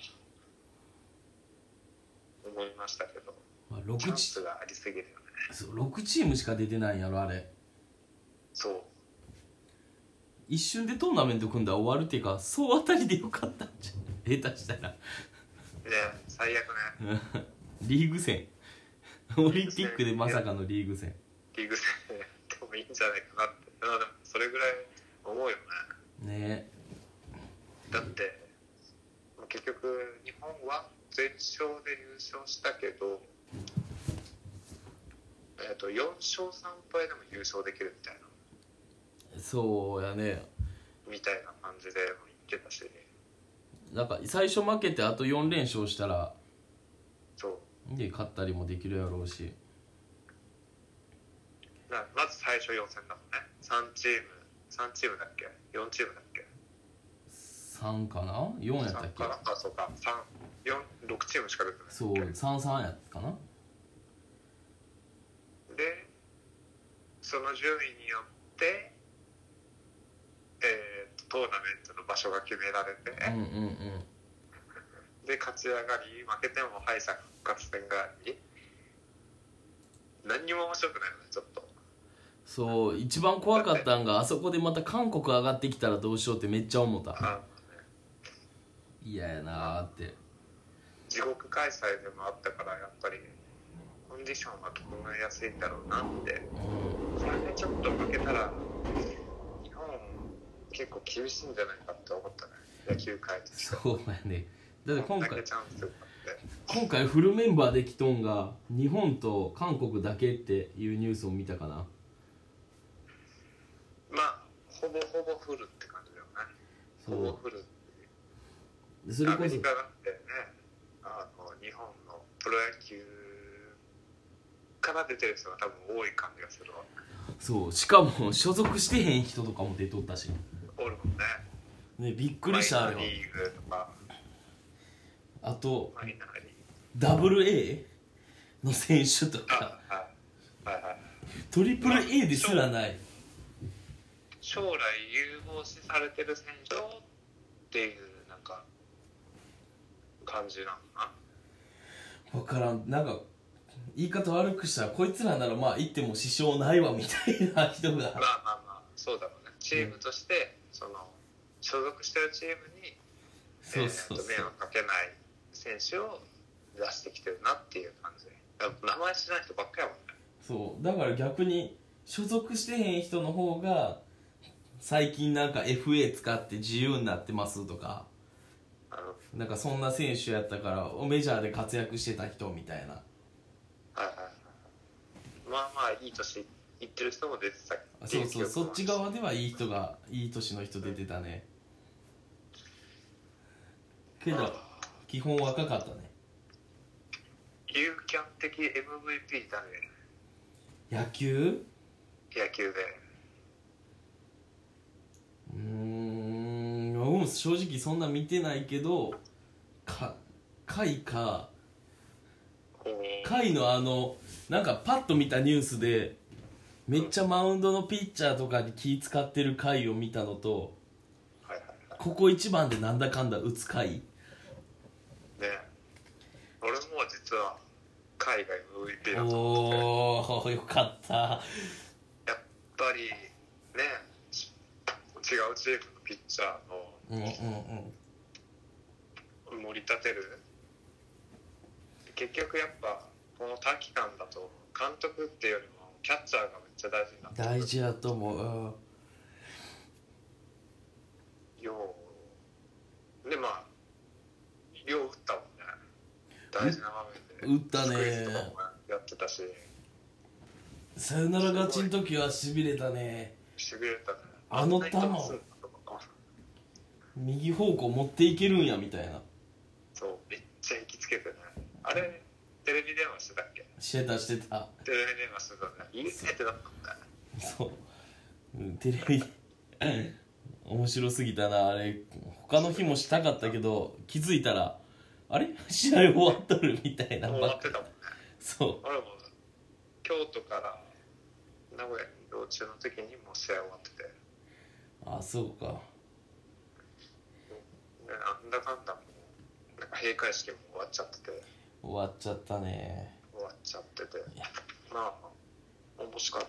Speaker 2: 思いましたけど
Speaker 1: まあ、6,
Speaker 2: チャン
Speaker 1: チ
Speaker 2: スがありすぎるよね。
Speaker 1: そう6チームしか出てないんやろあれ
Speaker 2: そう
Speaker 1: 一瞬でトーナメント組んだら終わるっていうか総当たりでよかったんじゃん下手したら
Speaker 2: ね最悪ね
Speaker 1: リーグ戦オリンピックでまさかのリーグ戦
Speaker 2: リーグ戦でもいいんじゃないかなってでもそれぐらい思うよね
Speaker 1: ね
Speaker 2: だって結局日本は全勝で優勝したけど、えっと4勝3敗でも優勝できるみたいな
Speaker 1: そうやね
Speaker 2: みたいな感じでも言ってたし
Speaker 1: なんか最初負けてあと4連勝したら
Speaker 2: そう
Speaker 1: で勝ったりもできるやろうし
Speaker 2: なまず最初4戦だもんね3チーム3チームだっけ4チームだっけ
Speaker 1: 3かな4やったっ
Speaker 2: 3
Speaker 1: け
Speaker 2: かなあそうか三四6チームしか出てない
Speaker 1: そう33やったかな
Speaker 2: でその順位によって、えートーナメントの場所が決められ
Speaker 1: う
Speaker 2: て、
Speaker 1: んうんうん
Speaker 2: で勝ち上がり負けても敗者復活戦があり何にも面白くないよねちょっと
Speaker 1: そう一番怖かったんがあそこでまた韓国上がってきたらどうしようってめっちゃ思った
Speaker 2: あ
Speaker 1: 嫌やなーって
Speaker 2: 地獄開催でもあったからやっぱりコンディションは整えやすいんだろうなって
Speaker 1: う
Speaker 2: これでちょっと負けたら日本結構厳しいんじゃないかって思ったね野球界と
Speaker 1: ん
Speaker 2: して
Speaker 1: そうやねだって今
Speaker 2: こんだ
Speaker 1: 回
Speaker 2: けチャンスがあって
Speaker 1: 今回フルメンバーできとんが日本と韓国だけっていうニュースを見たかな
Speaker 2: まあほぼほぼフルって感じだよねほぼ
Speaker 1: そ
Speaker 2: フル
Speaker 1: うそれ
Speaker 2: ア
Speaker 1: こ
Speaker 2: メ
Speaker 1: そ
Speaker 2: リカだってねあの日本のプロ野球から出てる人が多分多い感じがするわ
Speaker 1: そうしかも所属してへん人とかも出とったし
Speaker 2: おるもんね
Speaker 1: ねびっくりしたあれ
Speaker 2: マ
Speaker 1: は
Speaker 2: イナーリーグとか
Speaker 1: あと
Speaker 2: マイナーリーグ
Speaker 1: WA の選手とか
Speaker 2: あはいはいはい
Speaker 1: トリプル A ですらない
Speaker 2: 将来有望視されてる選手っていうなんか感じなのか
Speaker 1: 分からんなんか言い方悪くしたらこいつらならまあ行っても支障ないわみたいな人
Speaker 2: なま
Speaker 1: が
Speaker 2: あまあまあそうだろうねチームとしてその所属してるチームに
Speaker 1: そうそうそう
Speaker 2: えーと迷惑かけない選手を出してきてるなっていう感じだから名前知らない人ばっかりやもんね
Speaker 1: そうだから逆に所属してへん人の方が最近なんか FA 使って自由になってますとか
Speaker 2: あの
Speaker 1: なんかそんな選手やったからおメジャーで活躍してた人みたいな
Speaker 2: はいはいはいまあまあいい年いってる人も出てた
Speaker 1: あそうそうそっち
Speaker 2: っ
Speaker 1: 側ではいい人がいい年の人出てたねけど基本若かったね
Speaker 2: ユーキャン的 MVP 誰
Speaker 1: 野球
Speaker 2: 野球で
Speaker 1: うーん僕も正直そんな見てないけどか甲斐か
Speaker 2: こう
Speaker 1: 甲斐のあのなんかパッと見たニュースでめっちゃマウンドのピッチャーとかに気使ってる回を見たのと
Speaker 2: はいはいは
Speaker 1: ここ一番でなんだかんだ打つ回
Speaker 2: いね俺も実は海外 MVP だと思ってて
Speaker 1: おおよかった
Speaker 2: やっぱりね違うチームのピッチャーの
Speaker 1: うんうんうん
Speaker 2: 盛り立てる結局やっぱこの短期間だと監督っていうよりもキャッチャーがめっちゃ大事になってくる
Speaker 1: 大事やと思う
Speaker 2: ようでまあよう打ったもんね大事な場
Speaker 1: うん
Speaker 2: 面
Speaker 1: 打っ
Speaker 2: で
Speaker 1: たね
Speaker 2: スクイズとかもやってたし
Speaker 1: うんさよなら勝ちの時はしびれたね
Speaker 2: しびれたね
Speaker 1: あの球
Speaker 2: んな人もすんだと思った
Speaker 1: 右方向持っていけるんやみたいな
Speaker 2: そうめっちゃ引きつけてねあれテレビ電話してたっけ
Speaker 1: してたしてた
Speaker 2: テレビ電話してたねいいねってなったもんね
Speaker 1: そううんテレビ面白すぎたなあれ他の日もしたかったけど気づいたらあれ 試合終わっとるみたいな
Speaker 2: 終
Speaker 1: ば
Speaker 2: わ
Speaker 1: っ
Speaker 2: っ
Speaker 1: か
Speaker 2: てたもんね
Speaker 1: そ
Speaker 2: 俺も京都から名古屋に移動中の時にもう試合終わってて
Speaker 1: うあそうか
Speaker 2: でなんだかんだもうなんか閉会式も終わっちゃってて
Speaker 1: 終わっちゃったね
Speaker 2: 終わっちゃっててまあ面白かっ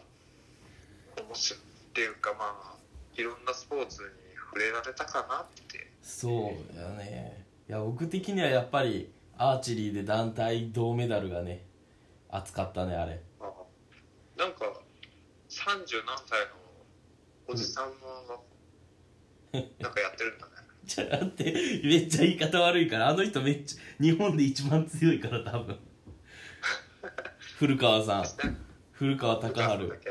Speaker 2: た面白いっていうかまあいろんなスポーツに触れられたかなって
Speaker 1: そうやねいや僕的にはやっぱりアーチェリーで団体銅メダルがね熱かったねあれ
Speaker 2: あなんか30何歳のおじさんもなんかやって るんだね
Speaker 1: ちょっと待ってめっちゃ言い方悪いからあの人めっちゃ日本で一番強いから多分古川さん古川
Speaker 2: なん
Speaker 1: 隆
Speaker 2: か
Speaker 1: 治
Speaker 2: だけ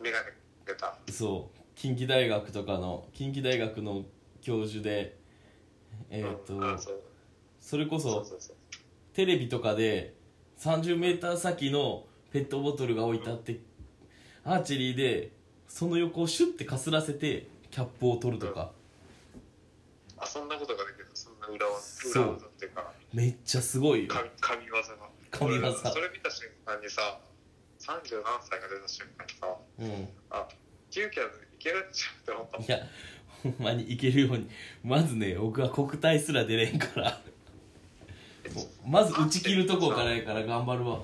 Speaker 2: 眼鏡かけた
Speaker 1: そう近畿大学とかの近畿大学の教授でえっ、
Speaker 2: うんあ
Speaker 1: と
Speaker 2: そう
Speaker 1: それこ
Speaker 2: そう
Speaker 1: そ
Speaker 2: そうそう
Speaker 1: テレビとかで 30m 先のペットボトルが置いてあってアーチェリーでその横をシュッてかすらせてキャップを取るとか
Speaker 2: あそんなことができるそんな裏技
Speaker 1: そう
Speaker 2: 裏技っていうか
Speaker 1: めっちゃすごいよ
Speaker 2: 神神業が
Speaker 1: 神業
Speaker 2: 俺それ見た瞬間にさ30何歳が出た瞬間にさ
Speaker 1: うんい
Speaker 2: あキューキャンいけるんじゃんって思ったもん
Speaker 1: やほんまにいけるようにまずね僕は国体すら出れんからまず打ち切るとこからやから頑張るわ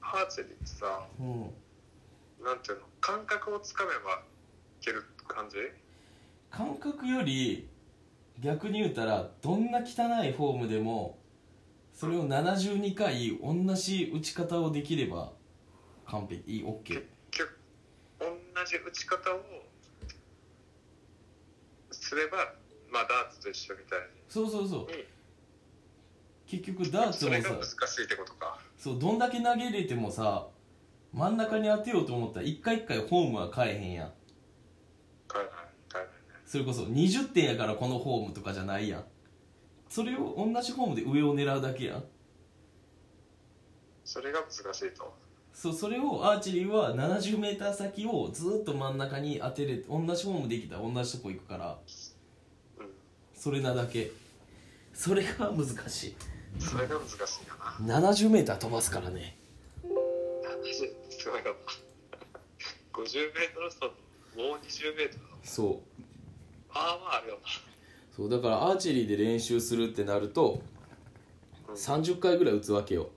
Speaker 2: ハーチェリーってさ
Speaker 1: うん
Speaker 2: なんていうの感覚をつかめばいける感じ
Speaker 1: 感覚より逆に言うたらどんな汚いフォームでもそれを72回同じ打ち方をできれば完璧いい OK
Speaker 2: 結局同じ打ち方をすればまあダーツと一緒みたい
Speaker 1: そうそうそう
Speaker 2: に
Speaker 1: 結局ダーツ
Speaker 2: それが
Speaker 1: も
Speaker 2: 難
Speaker 1: さ
Speaker 2: しいってことか
Speaker 1: そうどんだけ投げれてもさ真ん中に当てようと思ったら一回一回フォームは変えへんやん
Speaker 2: はいはいはい
Speaker 1: それこそ20点やからこのフォームとかじゃないやんそれを同じフォームで上を狙うだけやん
Speaker 2: それが難しいと
Speaker 1: そうそれをアーチェリーは 70m 先をずーっと真ん中に当てれ同じフォームできたら同じとこ行くから
Speaker 2: うん
Speaker 1: それなだけそれが難しい
Speaker 2: それが難しいよ な
Speaker 1: 70m 飛ばすからね
Speaker 2: すごいよな 50m 走もう 20m
Speaker 1: そう
Speaker 2: ああまああるよ
Speaker 1: そうだからアーチェリーで練習するってなると
Speaker 2: な、うん、
Speaker 1: 30回ぐらい打つわけよ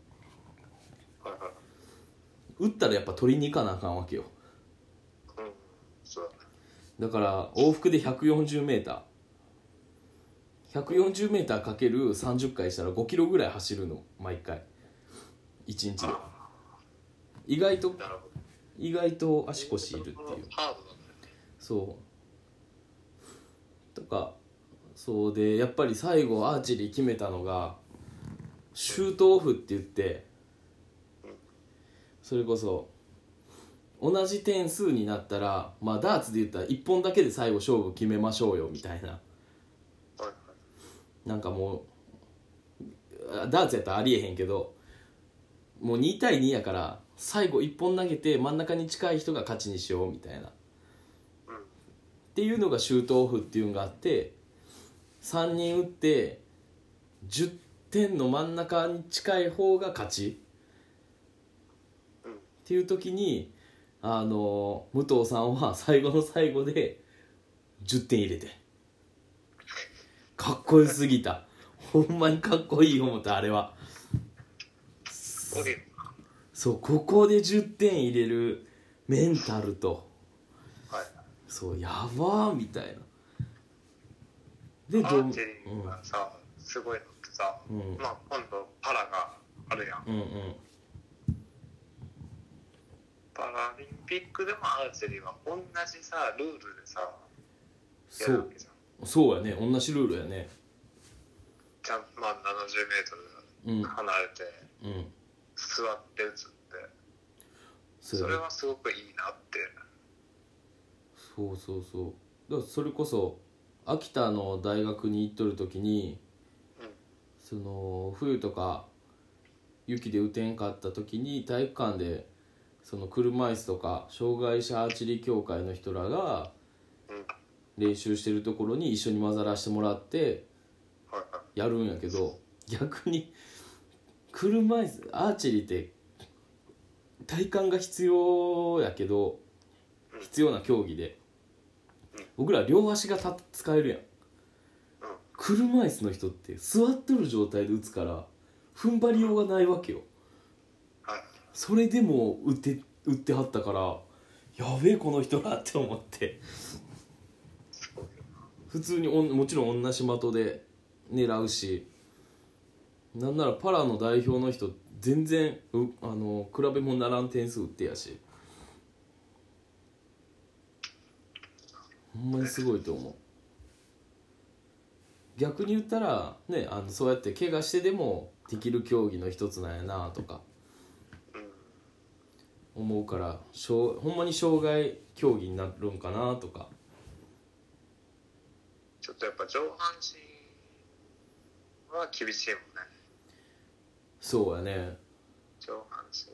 Speaker 2: はいは
Speaker 1: 打ったらやっぱ取りに行かなあかんわけよ
Speaker 2: いうんそうだね
Speaker 1: だから往復で 140m140m かける30回したら5キロぐらい走るの毎回1日で
Speaker 2: あ
Speaker 1: 意外と
Speaker 2: あなるほど
Speaker 1: 意外と足腰いるっていう
Speaker 2: ハードだね
Speaker 1: そうとかそうでやっぱり最後アーチェリー決めたのがシュートオフって言ってそれこそ同じ点数になったらまあダーツで言ったら1本だけで最後勝負決めましょうよみたいな
Speaker 2: はいはい
Speaker 1: なんかもうあダーツやったらありえへんけどもう2対2やから最後1本投げて真ん中に近い人が勝ちにしようみたいな
Speaker 2: うん
Speaker 1: っていうのがシュートオフっていうのがあって3人打って10点の真ん中に近い方が勝ちっていう時にあの武藤さんは最後の最後で10点入れてかっこよすぎたほんまにかっこいい思ったあれは
Speaker 2: これ
Speaker 1: そうここで10点入れるメンタルと
Speaker 2: はい
Speaker 1: そうやばーみたいなで
Speaker 2: ア
Speaker 1: どう、う
Speaker 2: ー
Speaker 1: ん
Speaker 2: チェリーがさ、すごいのってさ、
Speaker 1: うん
Speaker 2: まあ今度パラがあるやん
Speaker 1: うんうん
Speaker 2: パラリンピックでもアーチェリーは同じさルールでさや
Speaker 1: そ
Speaker 2: るわ
Speaker 1: う
Speaker 2: けじゃん
Speaker 1: そうやね同じルールやね
Speaker 2: ちゃんまあ 70m
Speaker 1: うん
Speaker 2: 離れて
Speaker 1: うん
Speaker 2: 座って打つって
Speaker 1: そう
Speaker 2: そ
Speaker 1: や
Speaker 2: れ
Speaker 1: ね
Speaker 2: はすごくいいなって
Speaker 1: そうそうそうだからそれこそ秋田の大学に行っとる時に
Speaker 2: うん
Speaker 1: その冬とか雪で打てんかった時に体育館でその車椅子とか障害者アーチェリー協会の人らが
Speaker 2: うん
Speaker 1: 練習してるところに一緒に混ざらしてもらって
Speaker 2: はいはい
Speaker 1: やるんやけど逆に車椅子アーチェリーって体幹が必要やけど
Speaker 2: うん
Speaker 1: 必要な競技で
Speaker 2: うん
Speaker 1: 僕ら両足がた使えるやん
Speaker 2: うん
Speaker 1: 車椅子の人って座っとる状態で打つから踏ん張りようがないわけよ
Speaker 2: はい
Speaker 1: それでも打って打ってはったからやべえこの人らって思って
Speaker 2: すごいよ
Speaker 1: 普通におんもちろん同じ的で狙うしなんならパラの代表の人全然うあの比べもならん点数打ってやしほんまにすごいと思う逆に言ったらねあのそうやって怪我してでもできる競技の一つなんやなとか
Speaker 2: なうん
Speaker 1: 思うからしょうほんまに障害競技になるんかなとか
Speaker 2: ちょっとやっぱ上半身は厳しいもんね
Speaker 1: そうやね
Speaker 2: 上半身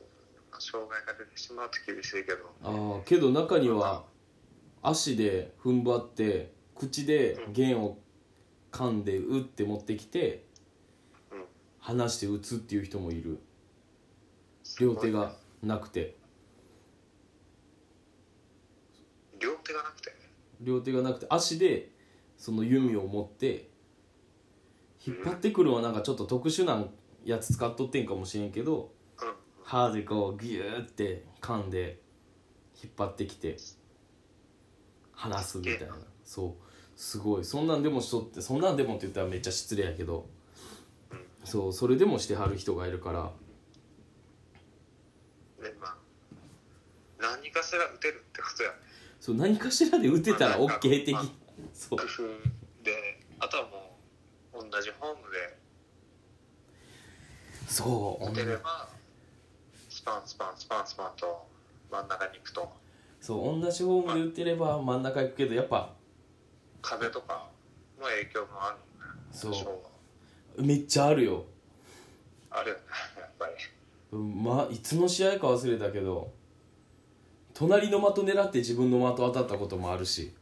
Speaker 2: まあ障害が出てしまうと厳しいけど
Speaker 1: ああけど中には足で踏ん張って口で弦を噛んで打って持ってきて
Speaker 2: うん
Speaker 1: 離して打つっていう人もいる両手がなくて
Speaker 2: 両手がなくてね
Speaker 1: 両手がなくて足でその弓を持って引っ張ってくるのはなんかちょっと特殊なやつ使っとってんかもしれんけど
Speaker 2: うん
Speaker 1: 歯でこうギューって噛んで引っ張ってきて離すみたいなそうすごいそんなんでもしとってそんなんでもって言ったらめっちゃ失礼やけどそうそれでもしてはる人がいるから
Speaker 2: でまあ何かしら打てるってことやね
Speaker 1: そう何かしらで打てたら OK 的
Speaker 2: まあ
Speaker 1: そう
Speaker 2: 工夫であとはもう同じフォームで
Speaker 1: そう
Speaker 2: 打てればスパンスパンスパンスパンと真ん中に行くと
Speaker 1: そう同じフォームで打てれば真ん中行くけどやっぱ
Speaker 2: 風とかの影響もあるよね
Speaker 1: そう
Speaker 2: 多少
Speaker 1: めっちゃあるよ、
Speaker 2: はあるよ ねやっぱり
Speaker 1: うんまいつの試合か忘れたけど隣の的狙って自分の的当たったこともあるし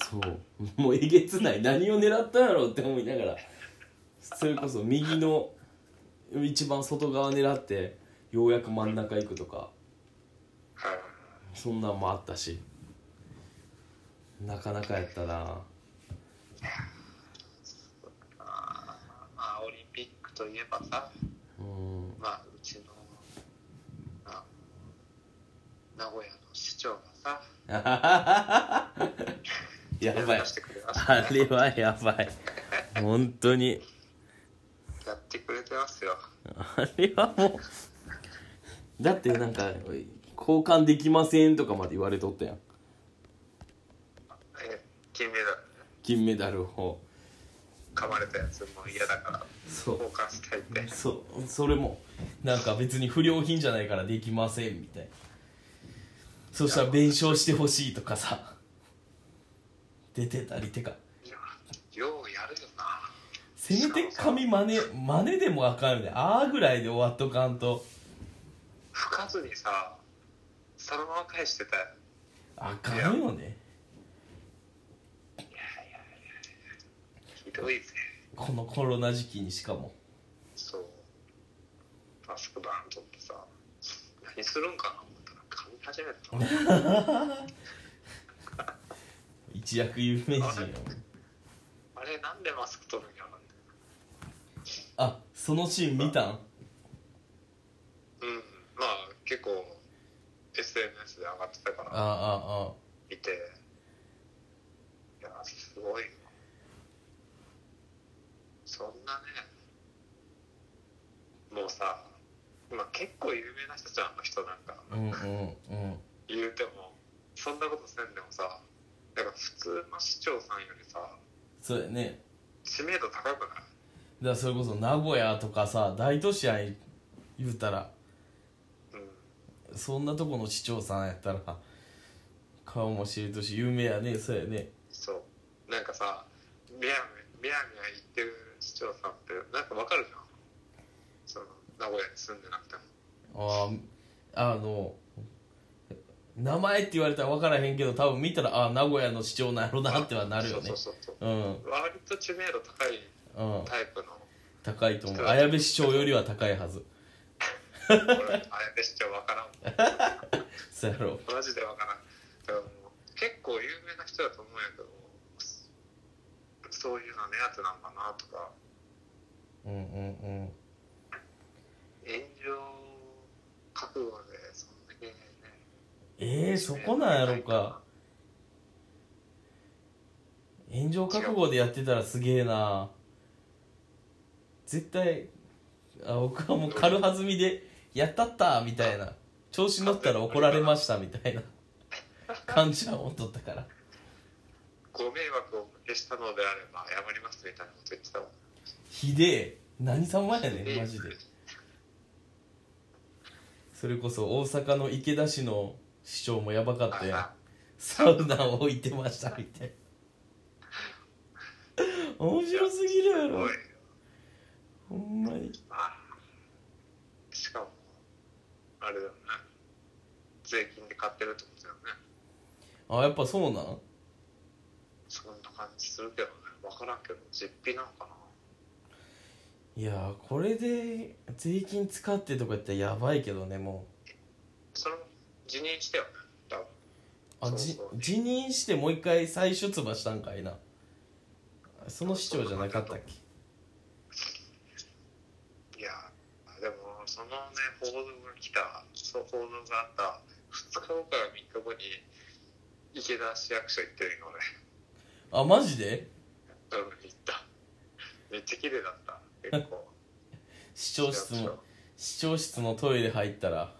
Speaker 1: そうもうえげつない何を狙ったんやろうって思いながらそれこそ右の一番外側狙ってようやく真ん中行くとか
Speaker 2: はい
Speaker 1: そんなんもあったしなかなかやったな
Speaker 2: まあオリンピックといえばさ
Speaker 1: うん
Speaker 2: まあうちの、まあ、名古屋の市長がさ
Speaker 1: やばい
Speaker 2: 出してくれました
Speaker 1: あれはやばい本当に
Speaker 2: やってくれてますよ
Speaker 1: あれはもうだってなんか交換できませんとかまで言われとったやん
Speaker 2: え金メダルね
Speaker 1: 金メダルを
Speaker 2: 噛まれたやつもう嫌だから
Speaker 1: そう
Speaker 2: 交換したいって
Speaker 1: そうそれもなんか別に不良品じゃないからできませんみたいなそしたら弁償してほしいとかさ出てたりてか
Speaker 2: いやようやるよな
Speaker 1: せめて髪真似真似でもあかんよねあーぐらいで終わっとかんと
Speaker 2: 吹かずにさそのまま返してたよ
Speaker 1: あかんよね
Speaker 2: ひどいぜ
Speaker 1: このコロナ時期にしかも
Speaker 2: そうマスクバーンとってさ消するんかな思ったら噛み始めたの
Speaker 1: 一躍有名人や
Speaker 2: あれなんでマスク取るんやろね
Speaker 1: あそのシーン見たん
Speaker 2: うんまあ結構 SNS で上がってたから
Speaker 1: あ
Speaker 2: 見ていやすごいよそんなねもうさ今結構有名な人じゃんあの人なんか
Speaker 1: あああうんうんうん
Speaker 2: 言うてもそんなことせんでもさなんか普通の市長さんよりさ
Speaker 1: そうやね
Speaker 2: 知名度高くない
Speaker 1: だからそれこそ名古屋とかさ大都市やん言うたら
Speaker 2: うん
Speaker 1: そんなとこの市長さんやったら顔も知れとし有名やねそうやね
Speaker 2: そうなんかさみやみやみやみや言ってる市長さんってなんかわかるじゃんその名古屋に住んでなくても
Speaker 1: あああの名前って言われたら分からへんけど多分見たらああ名古屋の市長なんやろなってはなるよね
Speaker 2: そうそうそうそう
Speaker 1: うん
Speaker 2: 割と知名度高い
Speaker 1: うん
Speaker 2: タイプの
Speaker 1: 高いと思う綾部市長よりは高いはず
Speaker 2: 俺あれで市長わからん
Speaker 1: そうやろ
Speaker 2: マジでわからんだからもう結構有名な人だと思うんやけどそういうの目当てなんだなとか
Speaker 1: うんうんうん
Speaker 2: 炎上覚悟でそんだけね
Speaker 1: ええそこなんやろか炎上覚悟でやってたらすげえな絶対あ僕はもう軽はずみで「やったった!」みたいな調子乗ったら怒られましたみたいな感じは思っとったから
Speaker 2: ご迷惑をおかけしたのであれば謝りますみたいなこと言ってたもん
Speaker 1: ひでえ何様やねんマジでそれこそ大阪の池田市の市長もやばかったやん
Speaker 2: あ
Speaker 1: サウナを置いてましたみたいな面白すぎるや
Speaker 2: すご
Speaker 1: ろ
Speaker 2: いよ
Speaker 1: ほんまに
Speaker 2: あしかもあれだよね税金で買ってるってことだよね
Speaker 1: あやっぱそうなん
Speaker 2: そんな感じするけどね分からんけど実費なのかない
Speaker 1: やーこれで税金使ってとかやったらやばいけどねも
Speaker 2: その辞任したよね多分
Speaker 1: うあじ
Speaker 2: そうそう
Speaker 1: 辞任してもう一回再出馬したんかいなその市長じゃなかったっけ
Speaker 2: いやでもそのね報道が来たそう報道があった2日後から3日後に池田市役所行ってるよ
Speaker 1: あマジで
Speaker 2: 俺うん行っためっちゃ綺麗だった結構
Speaker 1: 市長室の市長室のトイレ入ったら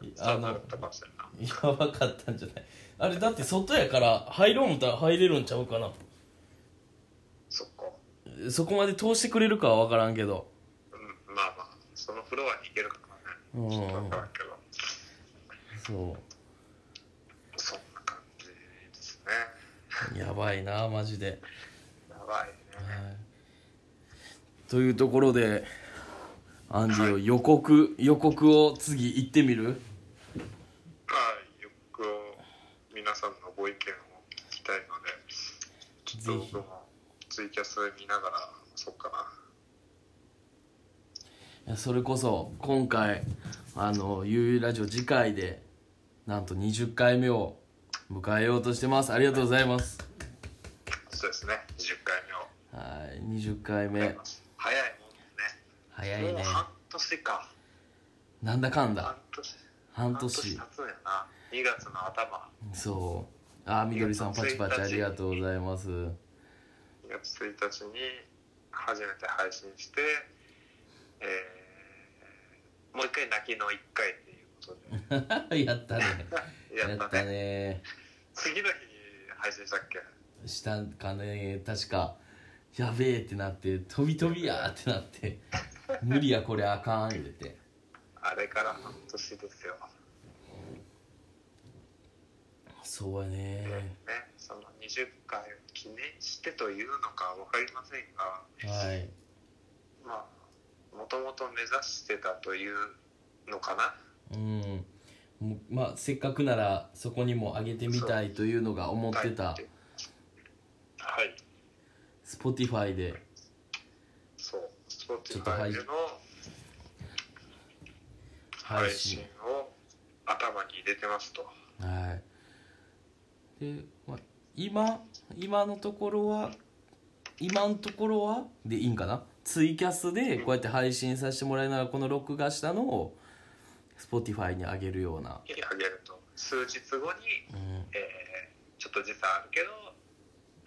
Speaker 2: うん
Speaker 1: あの
Speaker 2: サウナだったかもしれんない
Speaker 1: やばかったんじゃないあれだって外やから入ろう思ったら入れるんちゃうかな
Speaker 2: そっか
Speaker 1: そこまで通してくれるかは分からんけど
Speaker 2: うんまあまあそのフロアに行けるからね
Speaker 1: うん
Speaker 2: ちょっと分からんけど
Speaker 1: そ
Speaker 2: そんな感じですね
Speaker 1: うやばいなマジで、
Speaker 2: やばいね
Speaker 1: というところでアンジーを予告予告を次行ってみる
Speaker 2: まあよく皆さんのご意見を聞きたいのでちょっと僕
Speaker 1: ぜ
Speaker 2: もツイキャス見ながらそっかな
Speaker 1: ひそれこそ今回あの「ゆうゆうラジオ」次回でなんと20回目を迎えようとしてますありがとうございます
Speaker 2: そうですね20回目を
Speaker 1: はい20回
Speaker 2: やり
Speaker 1: 目
Speaker 2: ます早いもん
Speaker 1: 早
Speaker 2: ね
Speaker 1: い
Speaker 2: もう
Speaker 1: ね
Speaker 2: 半年か
Speaker 1: なんだかんだ
Speaker 2: 半年
Speaker 1: 半
Speaker 2: 経
Speaker 1: 年
Speaker 2: つんやな2月の頭
Speaker 1: そうあーみどりさんパチパチありがとうございます
Speaker 2: 2月1日に初めて配信してえーもう一回泣きの1回っていうこ と
Speaker 1: やったね
Speaker 2: でや
Speaker 1: や
Speaker 2: っ
Speaker 1: ったた
Speaker 2: ね
Speaker 1: ね
Speaker 2: 次の日に配信したっけ
Speaker 1: したんかね確かやべえってなって飛び飛びやーってなって無理やこれあかん言うて
Speaker 2: あれから半年ですよ
Speaker 1: そうやね
Speaker 2: ね、その20回を記念してというのか分かりませんが、
Speaker 1: はい
Speaker 2: まあ、もともと目指してたというのかな、
Speaker 1: うんもうまあせっかくならそこにも上げてみたいというのが思ってた
Speaker 2: はい、はい、
Speaker 1: Spotify で
Speaker 2: そう、スポー
Speaker 1: ち
Speaker 2: ツ
Speaker 1: ょっとはい
Speaker 2: での、
Speaker 1: 配
Speaker 2: 配
Speaker 1: 信
Speaker 2: 信を頭に入れてますと。
Speaker 1: はいで、まあ、今今のところは今のところはでいいんかなツイキャスでこうやって配信させてもらいながらこの録画したのを Spotify に上げるような、
Speaker 2: あげると数日後に、
Speaker 1: うん、
Speaker 2: えーちょっと時差あるけど、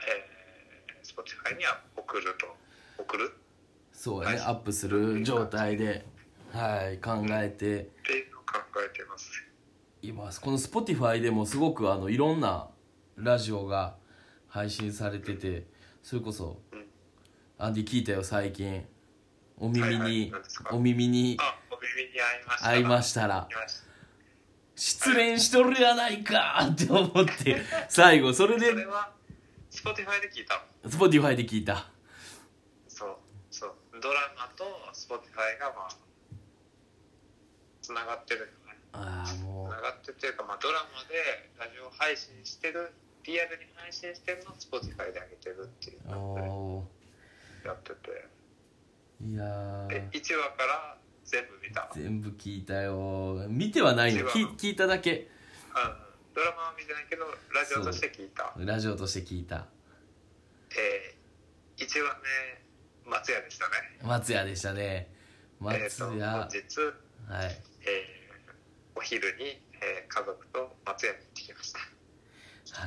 Speaker 2: えー、Spotify には送ると送る
Speaker 1: そうやね、
Speaker 2: はい
Speaker 1: アップする状態で、はい、考えて
Speaker 2: っていうのを考えてます
Speaker 1: いますこの Spotify でもすごくあのいろんなラジオが配信されててそれこそ
Speaker 2: うん
Speaker 1: 「アンディ聞いたよ最近」お耳
Speaker 2: はいはい
Speaker 1: に
Speaker 2: 何ですか
Speaker 1: 「お耳に
Speaker 2: あお耳に合いました
Speaker 1: 会いま
Speaker 2: し
Speaker 1: したら
Speaker 2: たました
Speaker 1: 失恋しとるやないか!」って思って最後それ
Speaker 2: それ
Speaker 1: で
Speaker 2: は Spotify で聞いたの
Speaker 1: Spotify で聞いた
Speaker 2: そうそうドラマと Spotify がまあつながってるよね
Speaker 1: ああ
Speaker 2: つ
Speaker 1: も
Speaker 2: ながってるというか、まあ、ドラマでラジオ配信してるリアルに配信してるのを Spotify で上げてるっていう
Speaker 1: う
Speaker 2: の
Speaker 1: お
Speaker 2: でやってて
Speaker 1: ーいやー
Speaker 2: で1話から全部見たうん
Speaker 1: 全部聞いたよ見てはないの聞聞いただけ
Speaker 2: ドラマは見てないけどラジオとして聞いた
Speaker 1: ラジオとして聞いた
Speaker 2: えー、1話目松屋でしたね
Speaker 1: 松屋でしたね松
Speaker 2: えーと
Speaker 1: 屋、
Speaker 2: 本日、
Speaker 1: はい
Speaker 2: えーお昼に、えー家族と松屋に行ってきました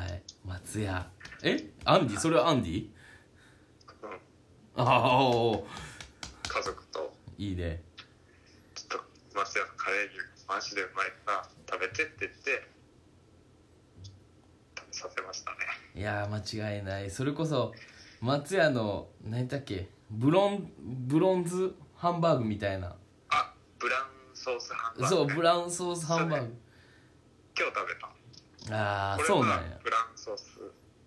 Speaker 1: はい松屋えアンディそれはアンディ
Speaker 2: うん
Speaker 1: ああおーおー
Speaker 2: 家族と
Speaker 1: いいね
Speaker 2: ちょっと松屋のカレー牛マジでうまいから食べてって言って食べさせましたね
Speaker 1: いやー間違いないそれこそ松屋の何だっけブロンブロンズハンバーグみたいな
Speaker 2: あブラウンソースハンバーグ
Speaker 1: そうブラウンソースハンバーグ
Speaker 2: 今日食べた
Speaker 1: ああ
Speaker 2: 俺
Speaker 1: そうな
Speaker 2: は
Speaker 1: んや
Speaker 2: ブラウンソース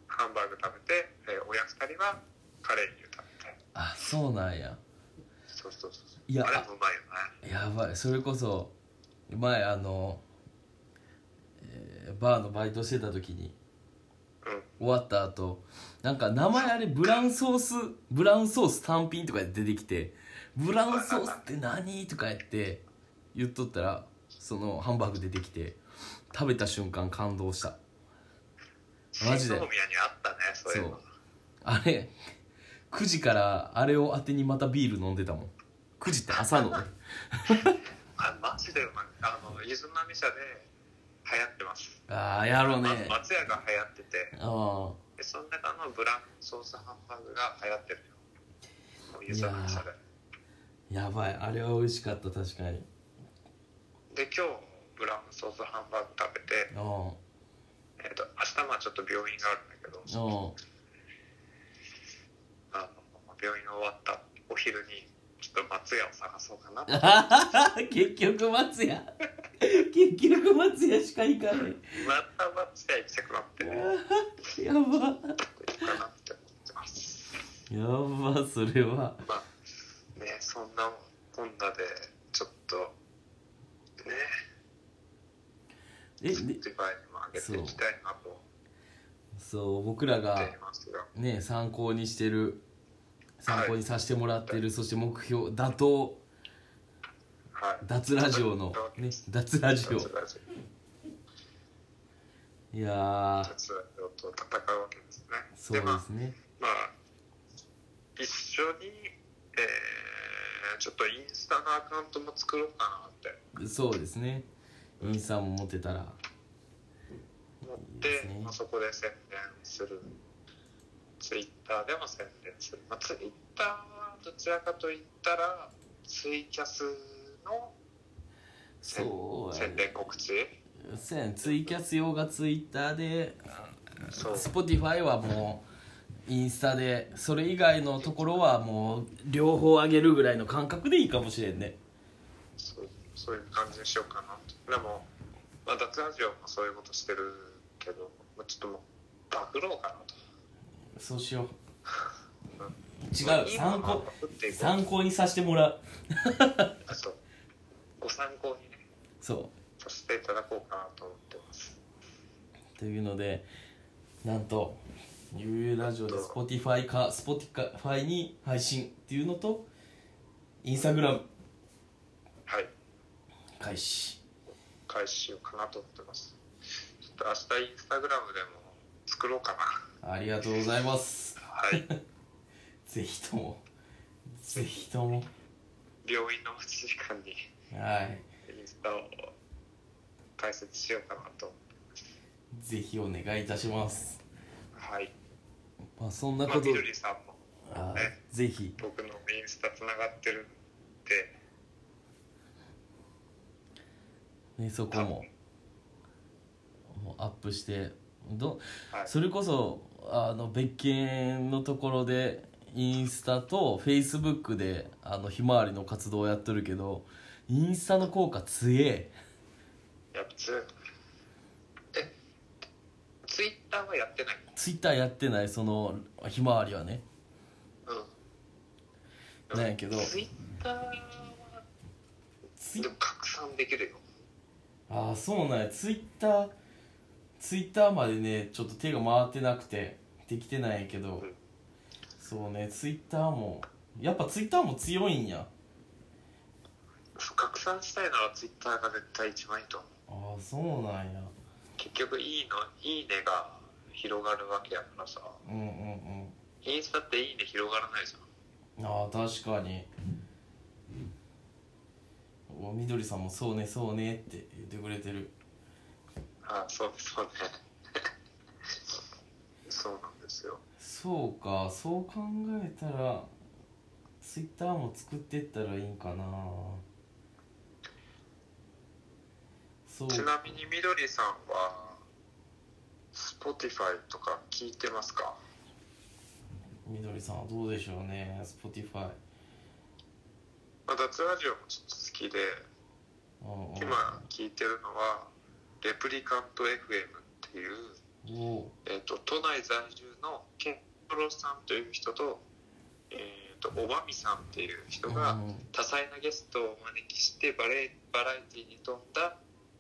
Speaker 2: ハンバーグ食べて、えー親二人はカレー牛食べて
Speaker 1: あそうなんや
Speaker 2: そうそうそうそう
Speaker 1: いや
Speaker 2: あれもうまいよね
Speaker 1: やばいそれこそ前あの、えーバーのバイトしてた時に
Speaker 2: うん
Speaker 1: 終わった後なんか名前あれブラウンソースブラウンソース単品とかで出てきて「ブラウンソースって何?」とか言って言っとったらそのハンバーグ出てきて食べた瞬間感動したマジで
Speaker 2: 新大宮にあったねそういうの
Speaker 1: あれ9時からあれを当てにまたビール飲んでたもん9時って朝のね
Speaker 2: あマジでうまいあのゆずまみ社で流行ってます
Speaker 1: ああやろうね
Speaker 2: ま松屋が流行ってて
Speaker 1: あ
Speaker 2: でその中のブラウンソースハンバーグが流行ってるよもうゆずまみ社で
Speaker 1: あやばいあれは美味しかった確かに
Speaker 2: で今日ブラウンソースハンバーグ食べ
Speaker 1: う
Speaker 2: て、
Speaker 1: ん
Speaker 2: えー、と明日まあちょっと病院があるんだけど
Speaker 1: うん
Speaker 2: あの病院終わったお昼にちょっと松屋を探そうかなと
Speaker 1: 結局松屋 結局松屋しか行かない
Speaker 2: また松屋行きたくなってね
Speaker 1: やば
Speaker 2: 行こうかなって思ってます
Speaker 1: やばそれは
Speaker 2: まあねそんなこんなでちょっとね
Speaker 1: え
Speaker 2: ス
Speaker 1: で
Speaker 2: ティファイにも上げていきたいなと思
Speaker 1: そう僕らが
Speaker 2: っていますが
Speaker 1: ね参考にしてる参考にさせてもらってる、そして目標打倒
Speaker 2: はい
Speaker 1: 脱ラジオのね脱ラジ
Speaker 2: 脱ラジオ
Speaker 1: オいやー
Speaker 2: 脱ラジオと戦うわけですね
Speaker 1: そう
Speaker 2: ま
Speaker 1: で
Speaker 2: あ
Speaker 1: すね
Speaker 2: まあ一緒にえーちょっとインスタのアカウントも作ろうかなって
Speaker 1: そうですねインスタも持てたら
Speaker 2: 持って
Speaker 1: いいですね
Speaker 2: まあ、そこで宣伝するツイッターでも宣伝する、まあ、ツイッターはどちらかといったらツイキャスの宣
Speaker 1: そうや
Speaker 2: 宣
Speaker 1: ね
Speaker 2: 伝告知
Speaker 1: そうやねツイキャス用がツイッターで
Speaker 2: そう
Speaker 1: Spotify はもうインスタでそれ以外のところはもう両方上げるぐらいの感覚でいいかもしれんね
Speaker 2: そうそういう感じにしようかなとでも、まあ、脱ラジオもそういうことしてるけど、まあ、ちょっともうバグろうかなと
Speaker 1: そうしよ
Speaker 2: うん
Speaker 1: う違
Speaker 2: まあ
Speaker 1: う
Speaker 2: いいの
Speaker 1: 参
Speaker 2: は
Speaker 1: 考
Speaker 2: バグっていこう
Speaker 1: 参考にさせてもらう
Speaker 2: あそうご参考にね
Speaker 1: そ
Speaker 2: させていただこうかなと思ってます
Speaker 1: うというのでなんと「ゆうゆうラジオ」で Spotify か Spotify に配信っていうのとインスタグラム
Speaker 2: はい
Speaker 1: 開始
Speaker 2: 開始しようかなと思ってますちょっと明日インスタグラムでも作ろうかな
Speaker 1: ありがとうございます
Speaker 2: はい
Speaker 1: ぜひともぜひとも
Speaker 2: 病院の持ち時間に
Speaker 1: はい
Speaker 2: インスタを解説しようかなと
Speaker 1: ぜひお願いいたします
Speaker 2: はい
Speaker 1: まあそんな
Speaker 2: まあ
Speaker 1: こと
Speaker 2: みどりさんも
Speaker 1: あーぜひ
Speaker 2: 僕のインスタつながってるんで
Speaker 1: ねそこももうアップしてど
Speaker 2: はい
Speaker 1: それこそあの別件のところでインスタとフェイスブックであのひまわりの活動をやっとるけどインスタの効果強え
Speaker 2: やっぱつえツイッターはやってない
Speaker 1: ツイッターやってないそのひまわりはね
Speaker 2: うん
Speaker 1: なんやけど
Speaker 2: ツイッターは
Speaker 1: ツイ
Speaker 2: でも拡散できるよ
Speaker 1: ああそうなんやツイッターツイッターまでねちょっと手が回ってなくてできてないんやけど
Speaker 2: うん
Speaker 1: そうねツイッターもやっぱツイッターも強いんや
Speaker 2: そう拡散したいならツイッターが絶対一番いいと思う
Speaker 1: ああそうなんや
Speaker 2: 結局いいの「いいね」が広がるわけやからさ
Speaker 1: うんうんうん
Speaker 2: インスタって「いいね」広がらないじゃん
Speaker 1: ああ確かにおみどりさんも「そうねそうね」って言ってくれてる
Speaker 2: あそうそうね そうなんですよ
Speaker 1: そうかそう考えたらツイッターも作ってったらいいんかなそう
Speaker 2: ちなみにみどりさんは Spotify とか聞いてますか
Speaker 1: みどりさんはどうでしょうね Spotify
Speaker 2: まあ脱ラジオもちょっと好きで
Speaker 1: うんうん
Speaker 2: 今聞いてるのはレプリカント FM っていう、
Speaker 1: おう
Speaker 2: えー、と都内在住のケントロさんという人と,、えー、とおばみさんっていう人が、
Speaker 1: うん
Speaker 2: 多彩なゲストをお招きしてバレバラエティに富んだ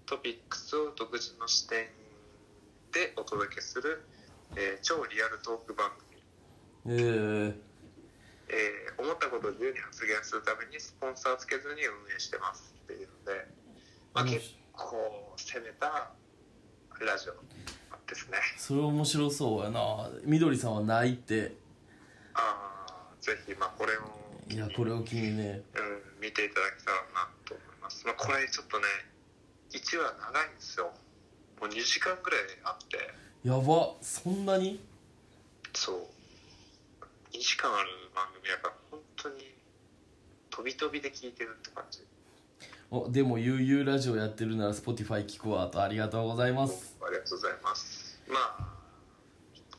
Speaker 2: トピックスを独自の視点でお届けする、えー超リアルトーク番組、
Speaker 1: ええ
Speaker 2: えー思ったことを自由に発言するためにスポンサーつけずに運営してますっていうので、まあ、
Speaker 1: うん
Speaker 2: 結構攻めたラジオですね
Speaker 1: それ面白そうやなみどりさんはないって
Speaker 2: あーぜひまあこれを
Speaker 1: いやこれを機にね
Speaker 2: うん、見ていただけたらなと思います、まあ、これちょっとね1話長いんですよもう2時間ぐらいあって
Speaker 1: やばそんなに
Speaker 2: そう2時間ある番組やから本当に飛び飛びで聞いてるって感じ
Speaker 1: おでも悠々ラジオやってるなら Spotify 聞くわとありがとうございます
Speaker 2: ありがとうございますまあ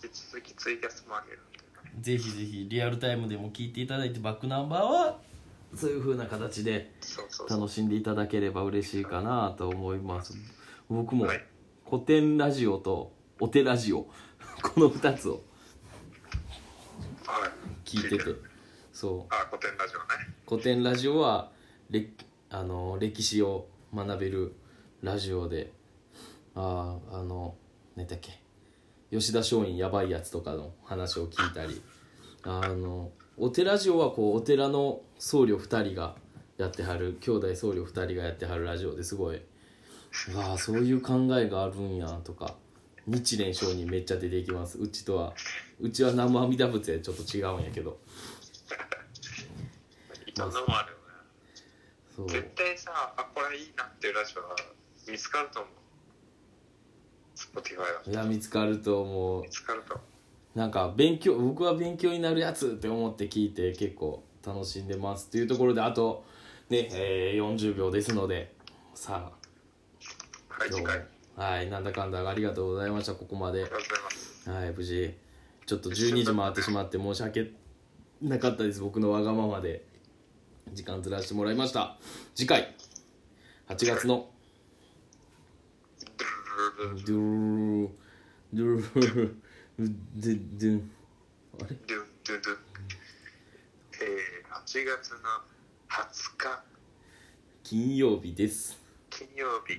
Speaker 2: 引き続きツイキャスもあげるんでね
Speaker 1: ぜひぜひリアルタイムでも聞いていただいてバックナンバーはそういう風な形で
Speaker 2: そうそうそう
Speaker 1: 楽しんでいただければ嬉しいかなと思います僕も
Speaker 2: はい
Speaker 1: 古典ラジオとお手ラジオ この2つを
Speaker 2: はい
Speaker 1: 聞いて
Speaker 2: る
Speaker 1: てそう
Speaker 2: あ古典ラジオね
Speaker 1: 古典ラジオは歴あの歴史を学べるラジオであーあの何だっけ吉田松陰やばいやつとかの話を聞いたりあのお寺ラジオはこうお寺の僧侶2人がやってはる兄弟僧侶2人がやってはるラジオですごいああそういう考えがあるんやとか日蓮聖人めっちゃ出てきますうちとはうちは生阿弥陀仏やちょっと違うんやけど
Speaker 2: いろんなもんあるよね
Speaker 1: そう
Speaker 2: 絶対さあこれいいなっていうラジオは見つかると思う Spotify はい
Speaker 1: や見つかると思う
Speaker 2: 見つかると思う
Speaker 1: なんか勉強僕は勉強になるやつって思って聞いて結構楽しんでますっていうところであとね、えー40秒ですのでさあ
Speaker 2: はい
Speaker 1: 今日も
Speaker 2: 次回あり
Speaker 1: はいなんだかんだありがとうございましたここまで
Speaker 2: がとうございます
Speaker 1: はい無事ちょっと12時回ってしまって申し訳なかったです僕のわがままで時間ずらしてもらいました次回8月の
Speaker 2: ドゥル
Speaker 1: ドゥ
Speaker 2: ルルル
Speaker 1: ルドゥルルルドゥドゥあれ
Speaker 2: ドゥンドゥンドゥンえー、8月の20日
Speaker 1: 金曜日です
Speaker 2: 金曜日、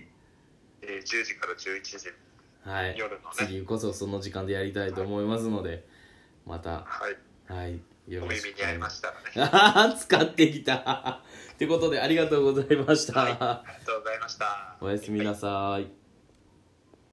Speaker 2: えー、10時から11時
Speaker 1: はい、
Speaker 2: 夜のね
Speaker 1: 次こそその時間でやりたいと思いますので、また、
Speaker 2: はい
Speaker 1: はい、よ
Speaker 2: お
Speaker 1: ろしく
Speaker 2: 耳に合いましたらね。
Speaker 1: あー 使ってきたってことでありがとうございました、
Speaker 2: はい、ありがとうございました。
Speaker 1: おやすみなさい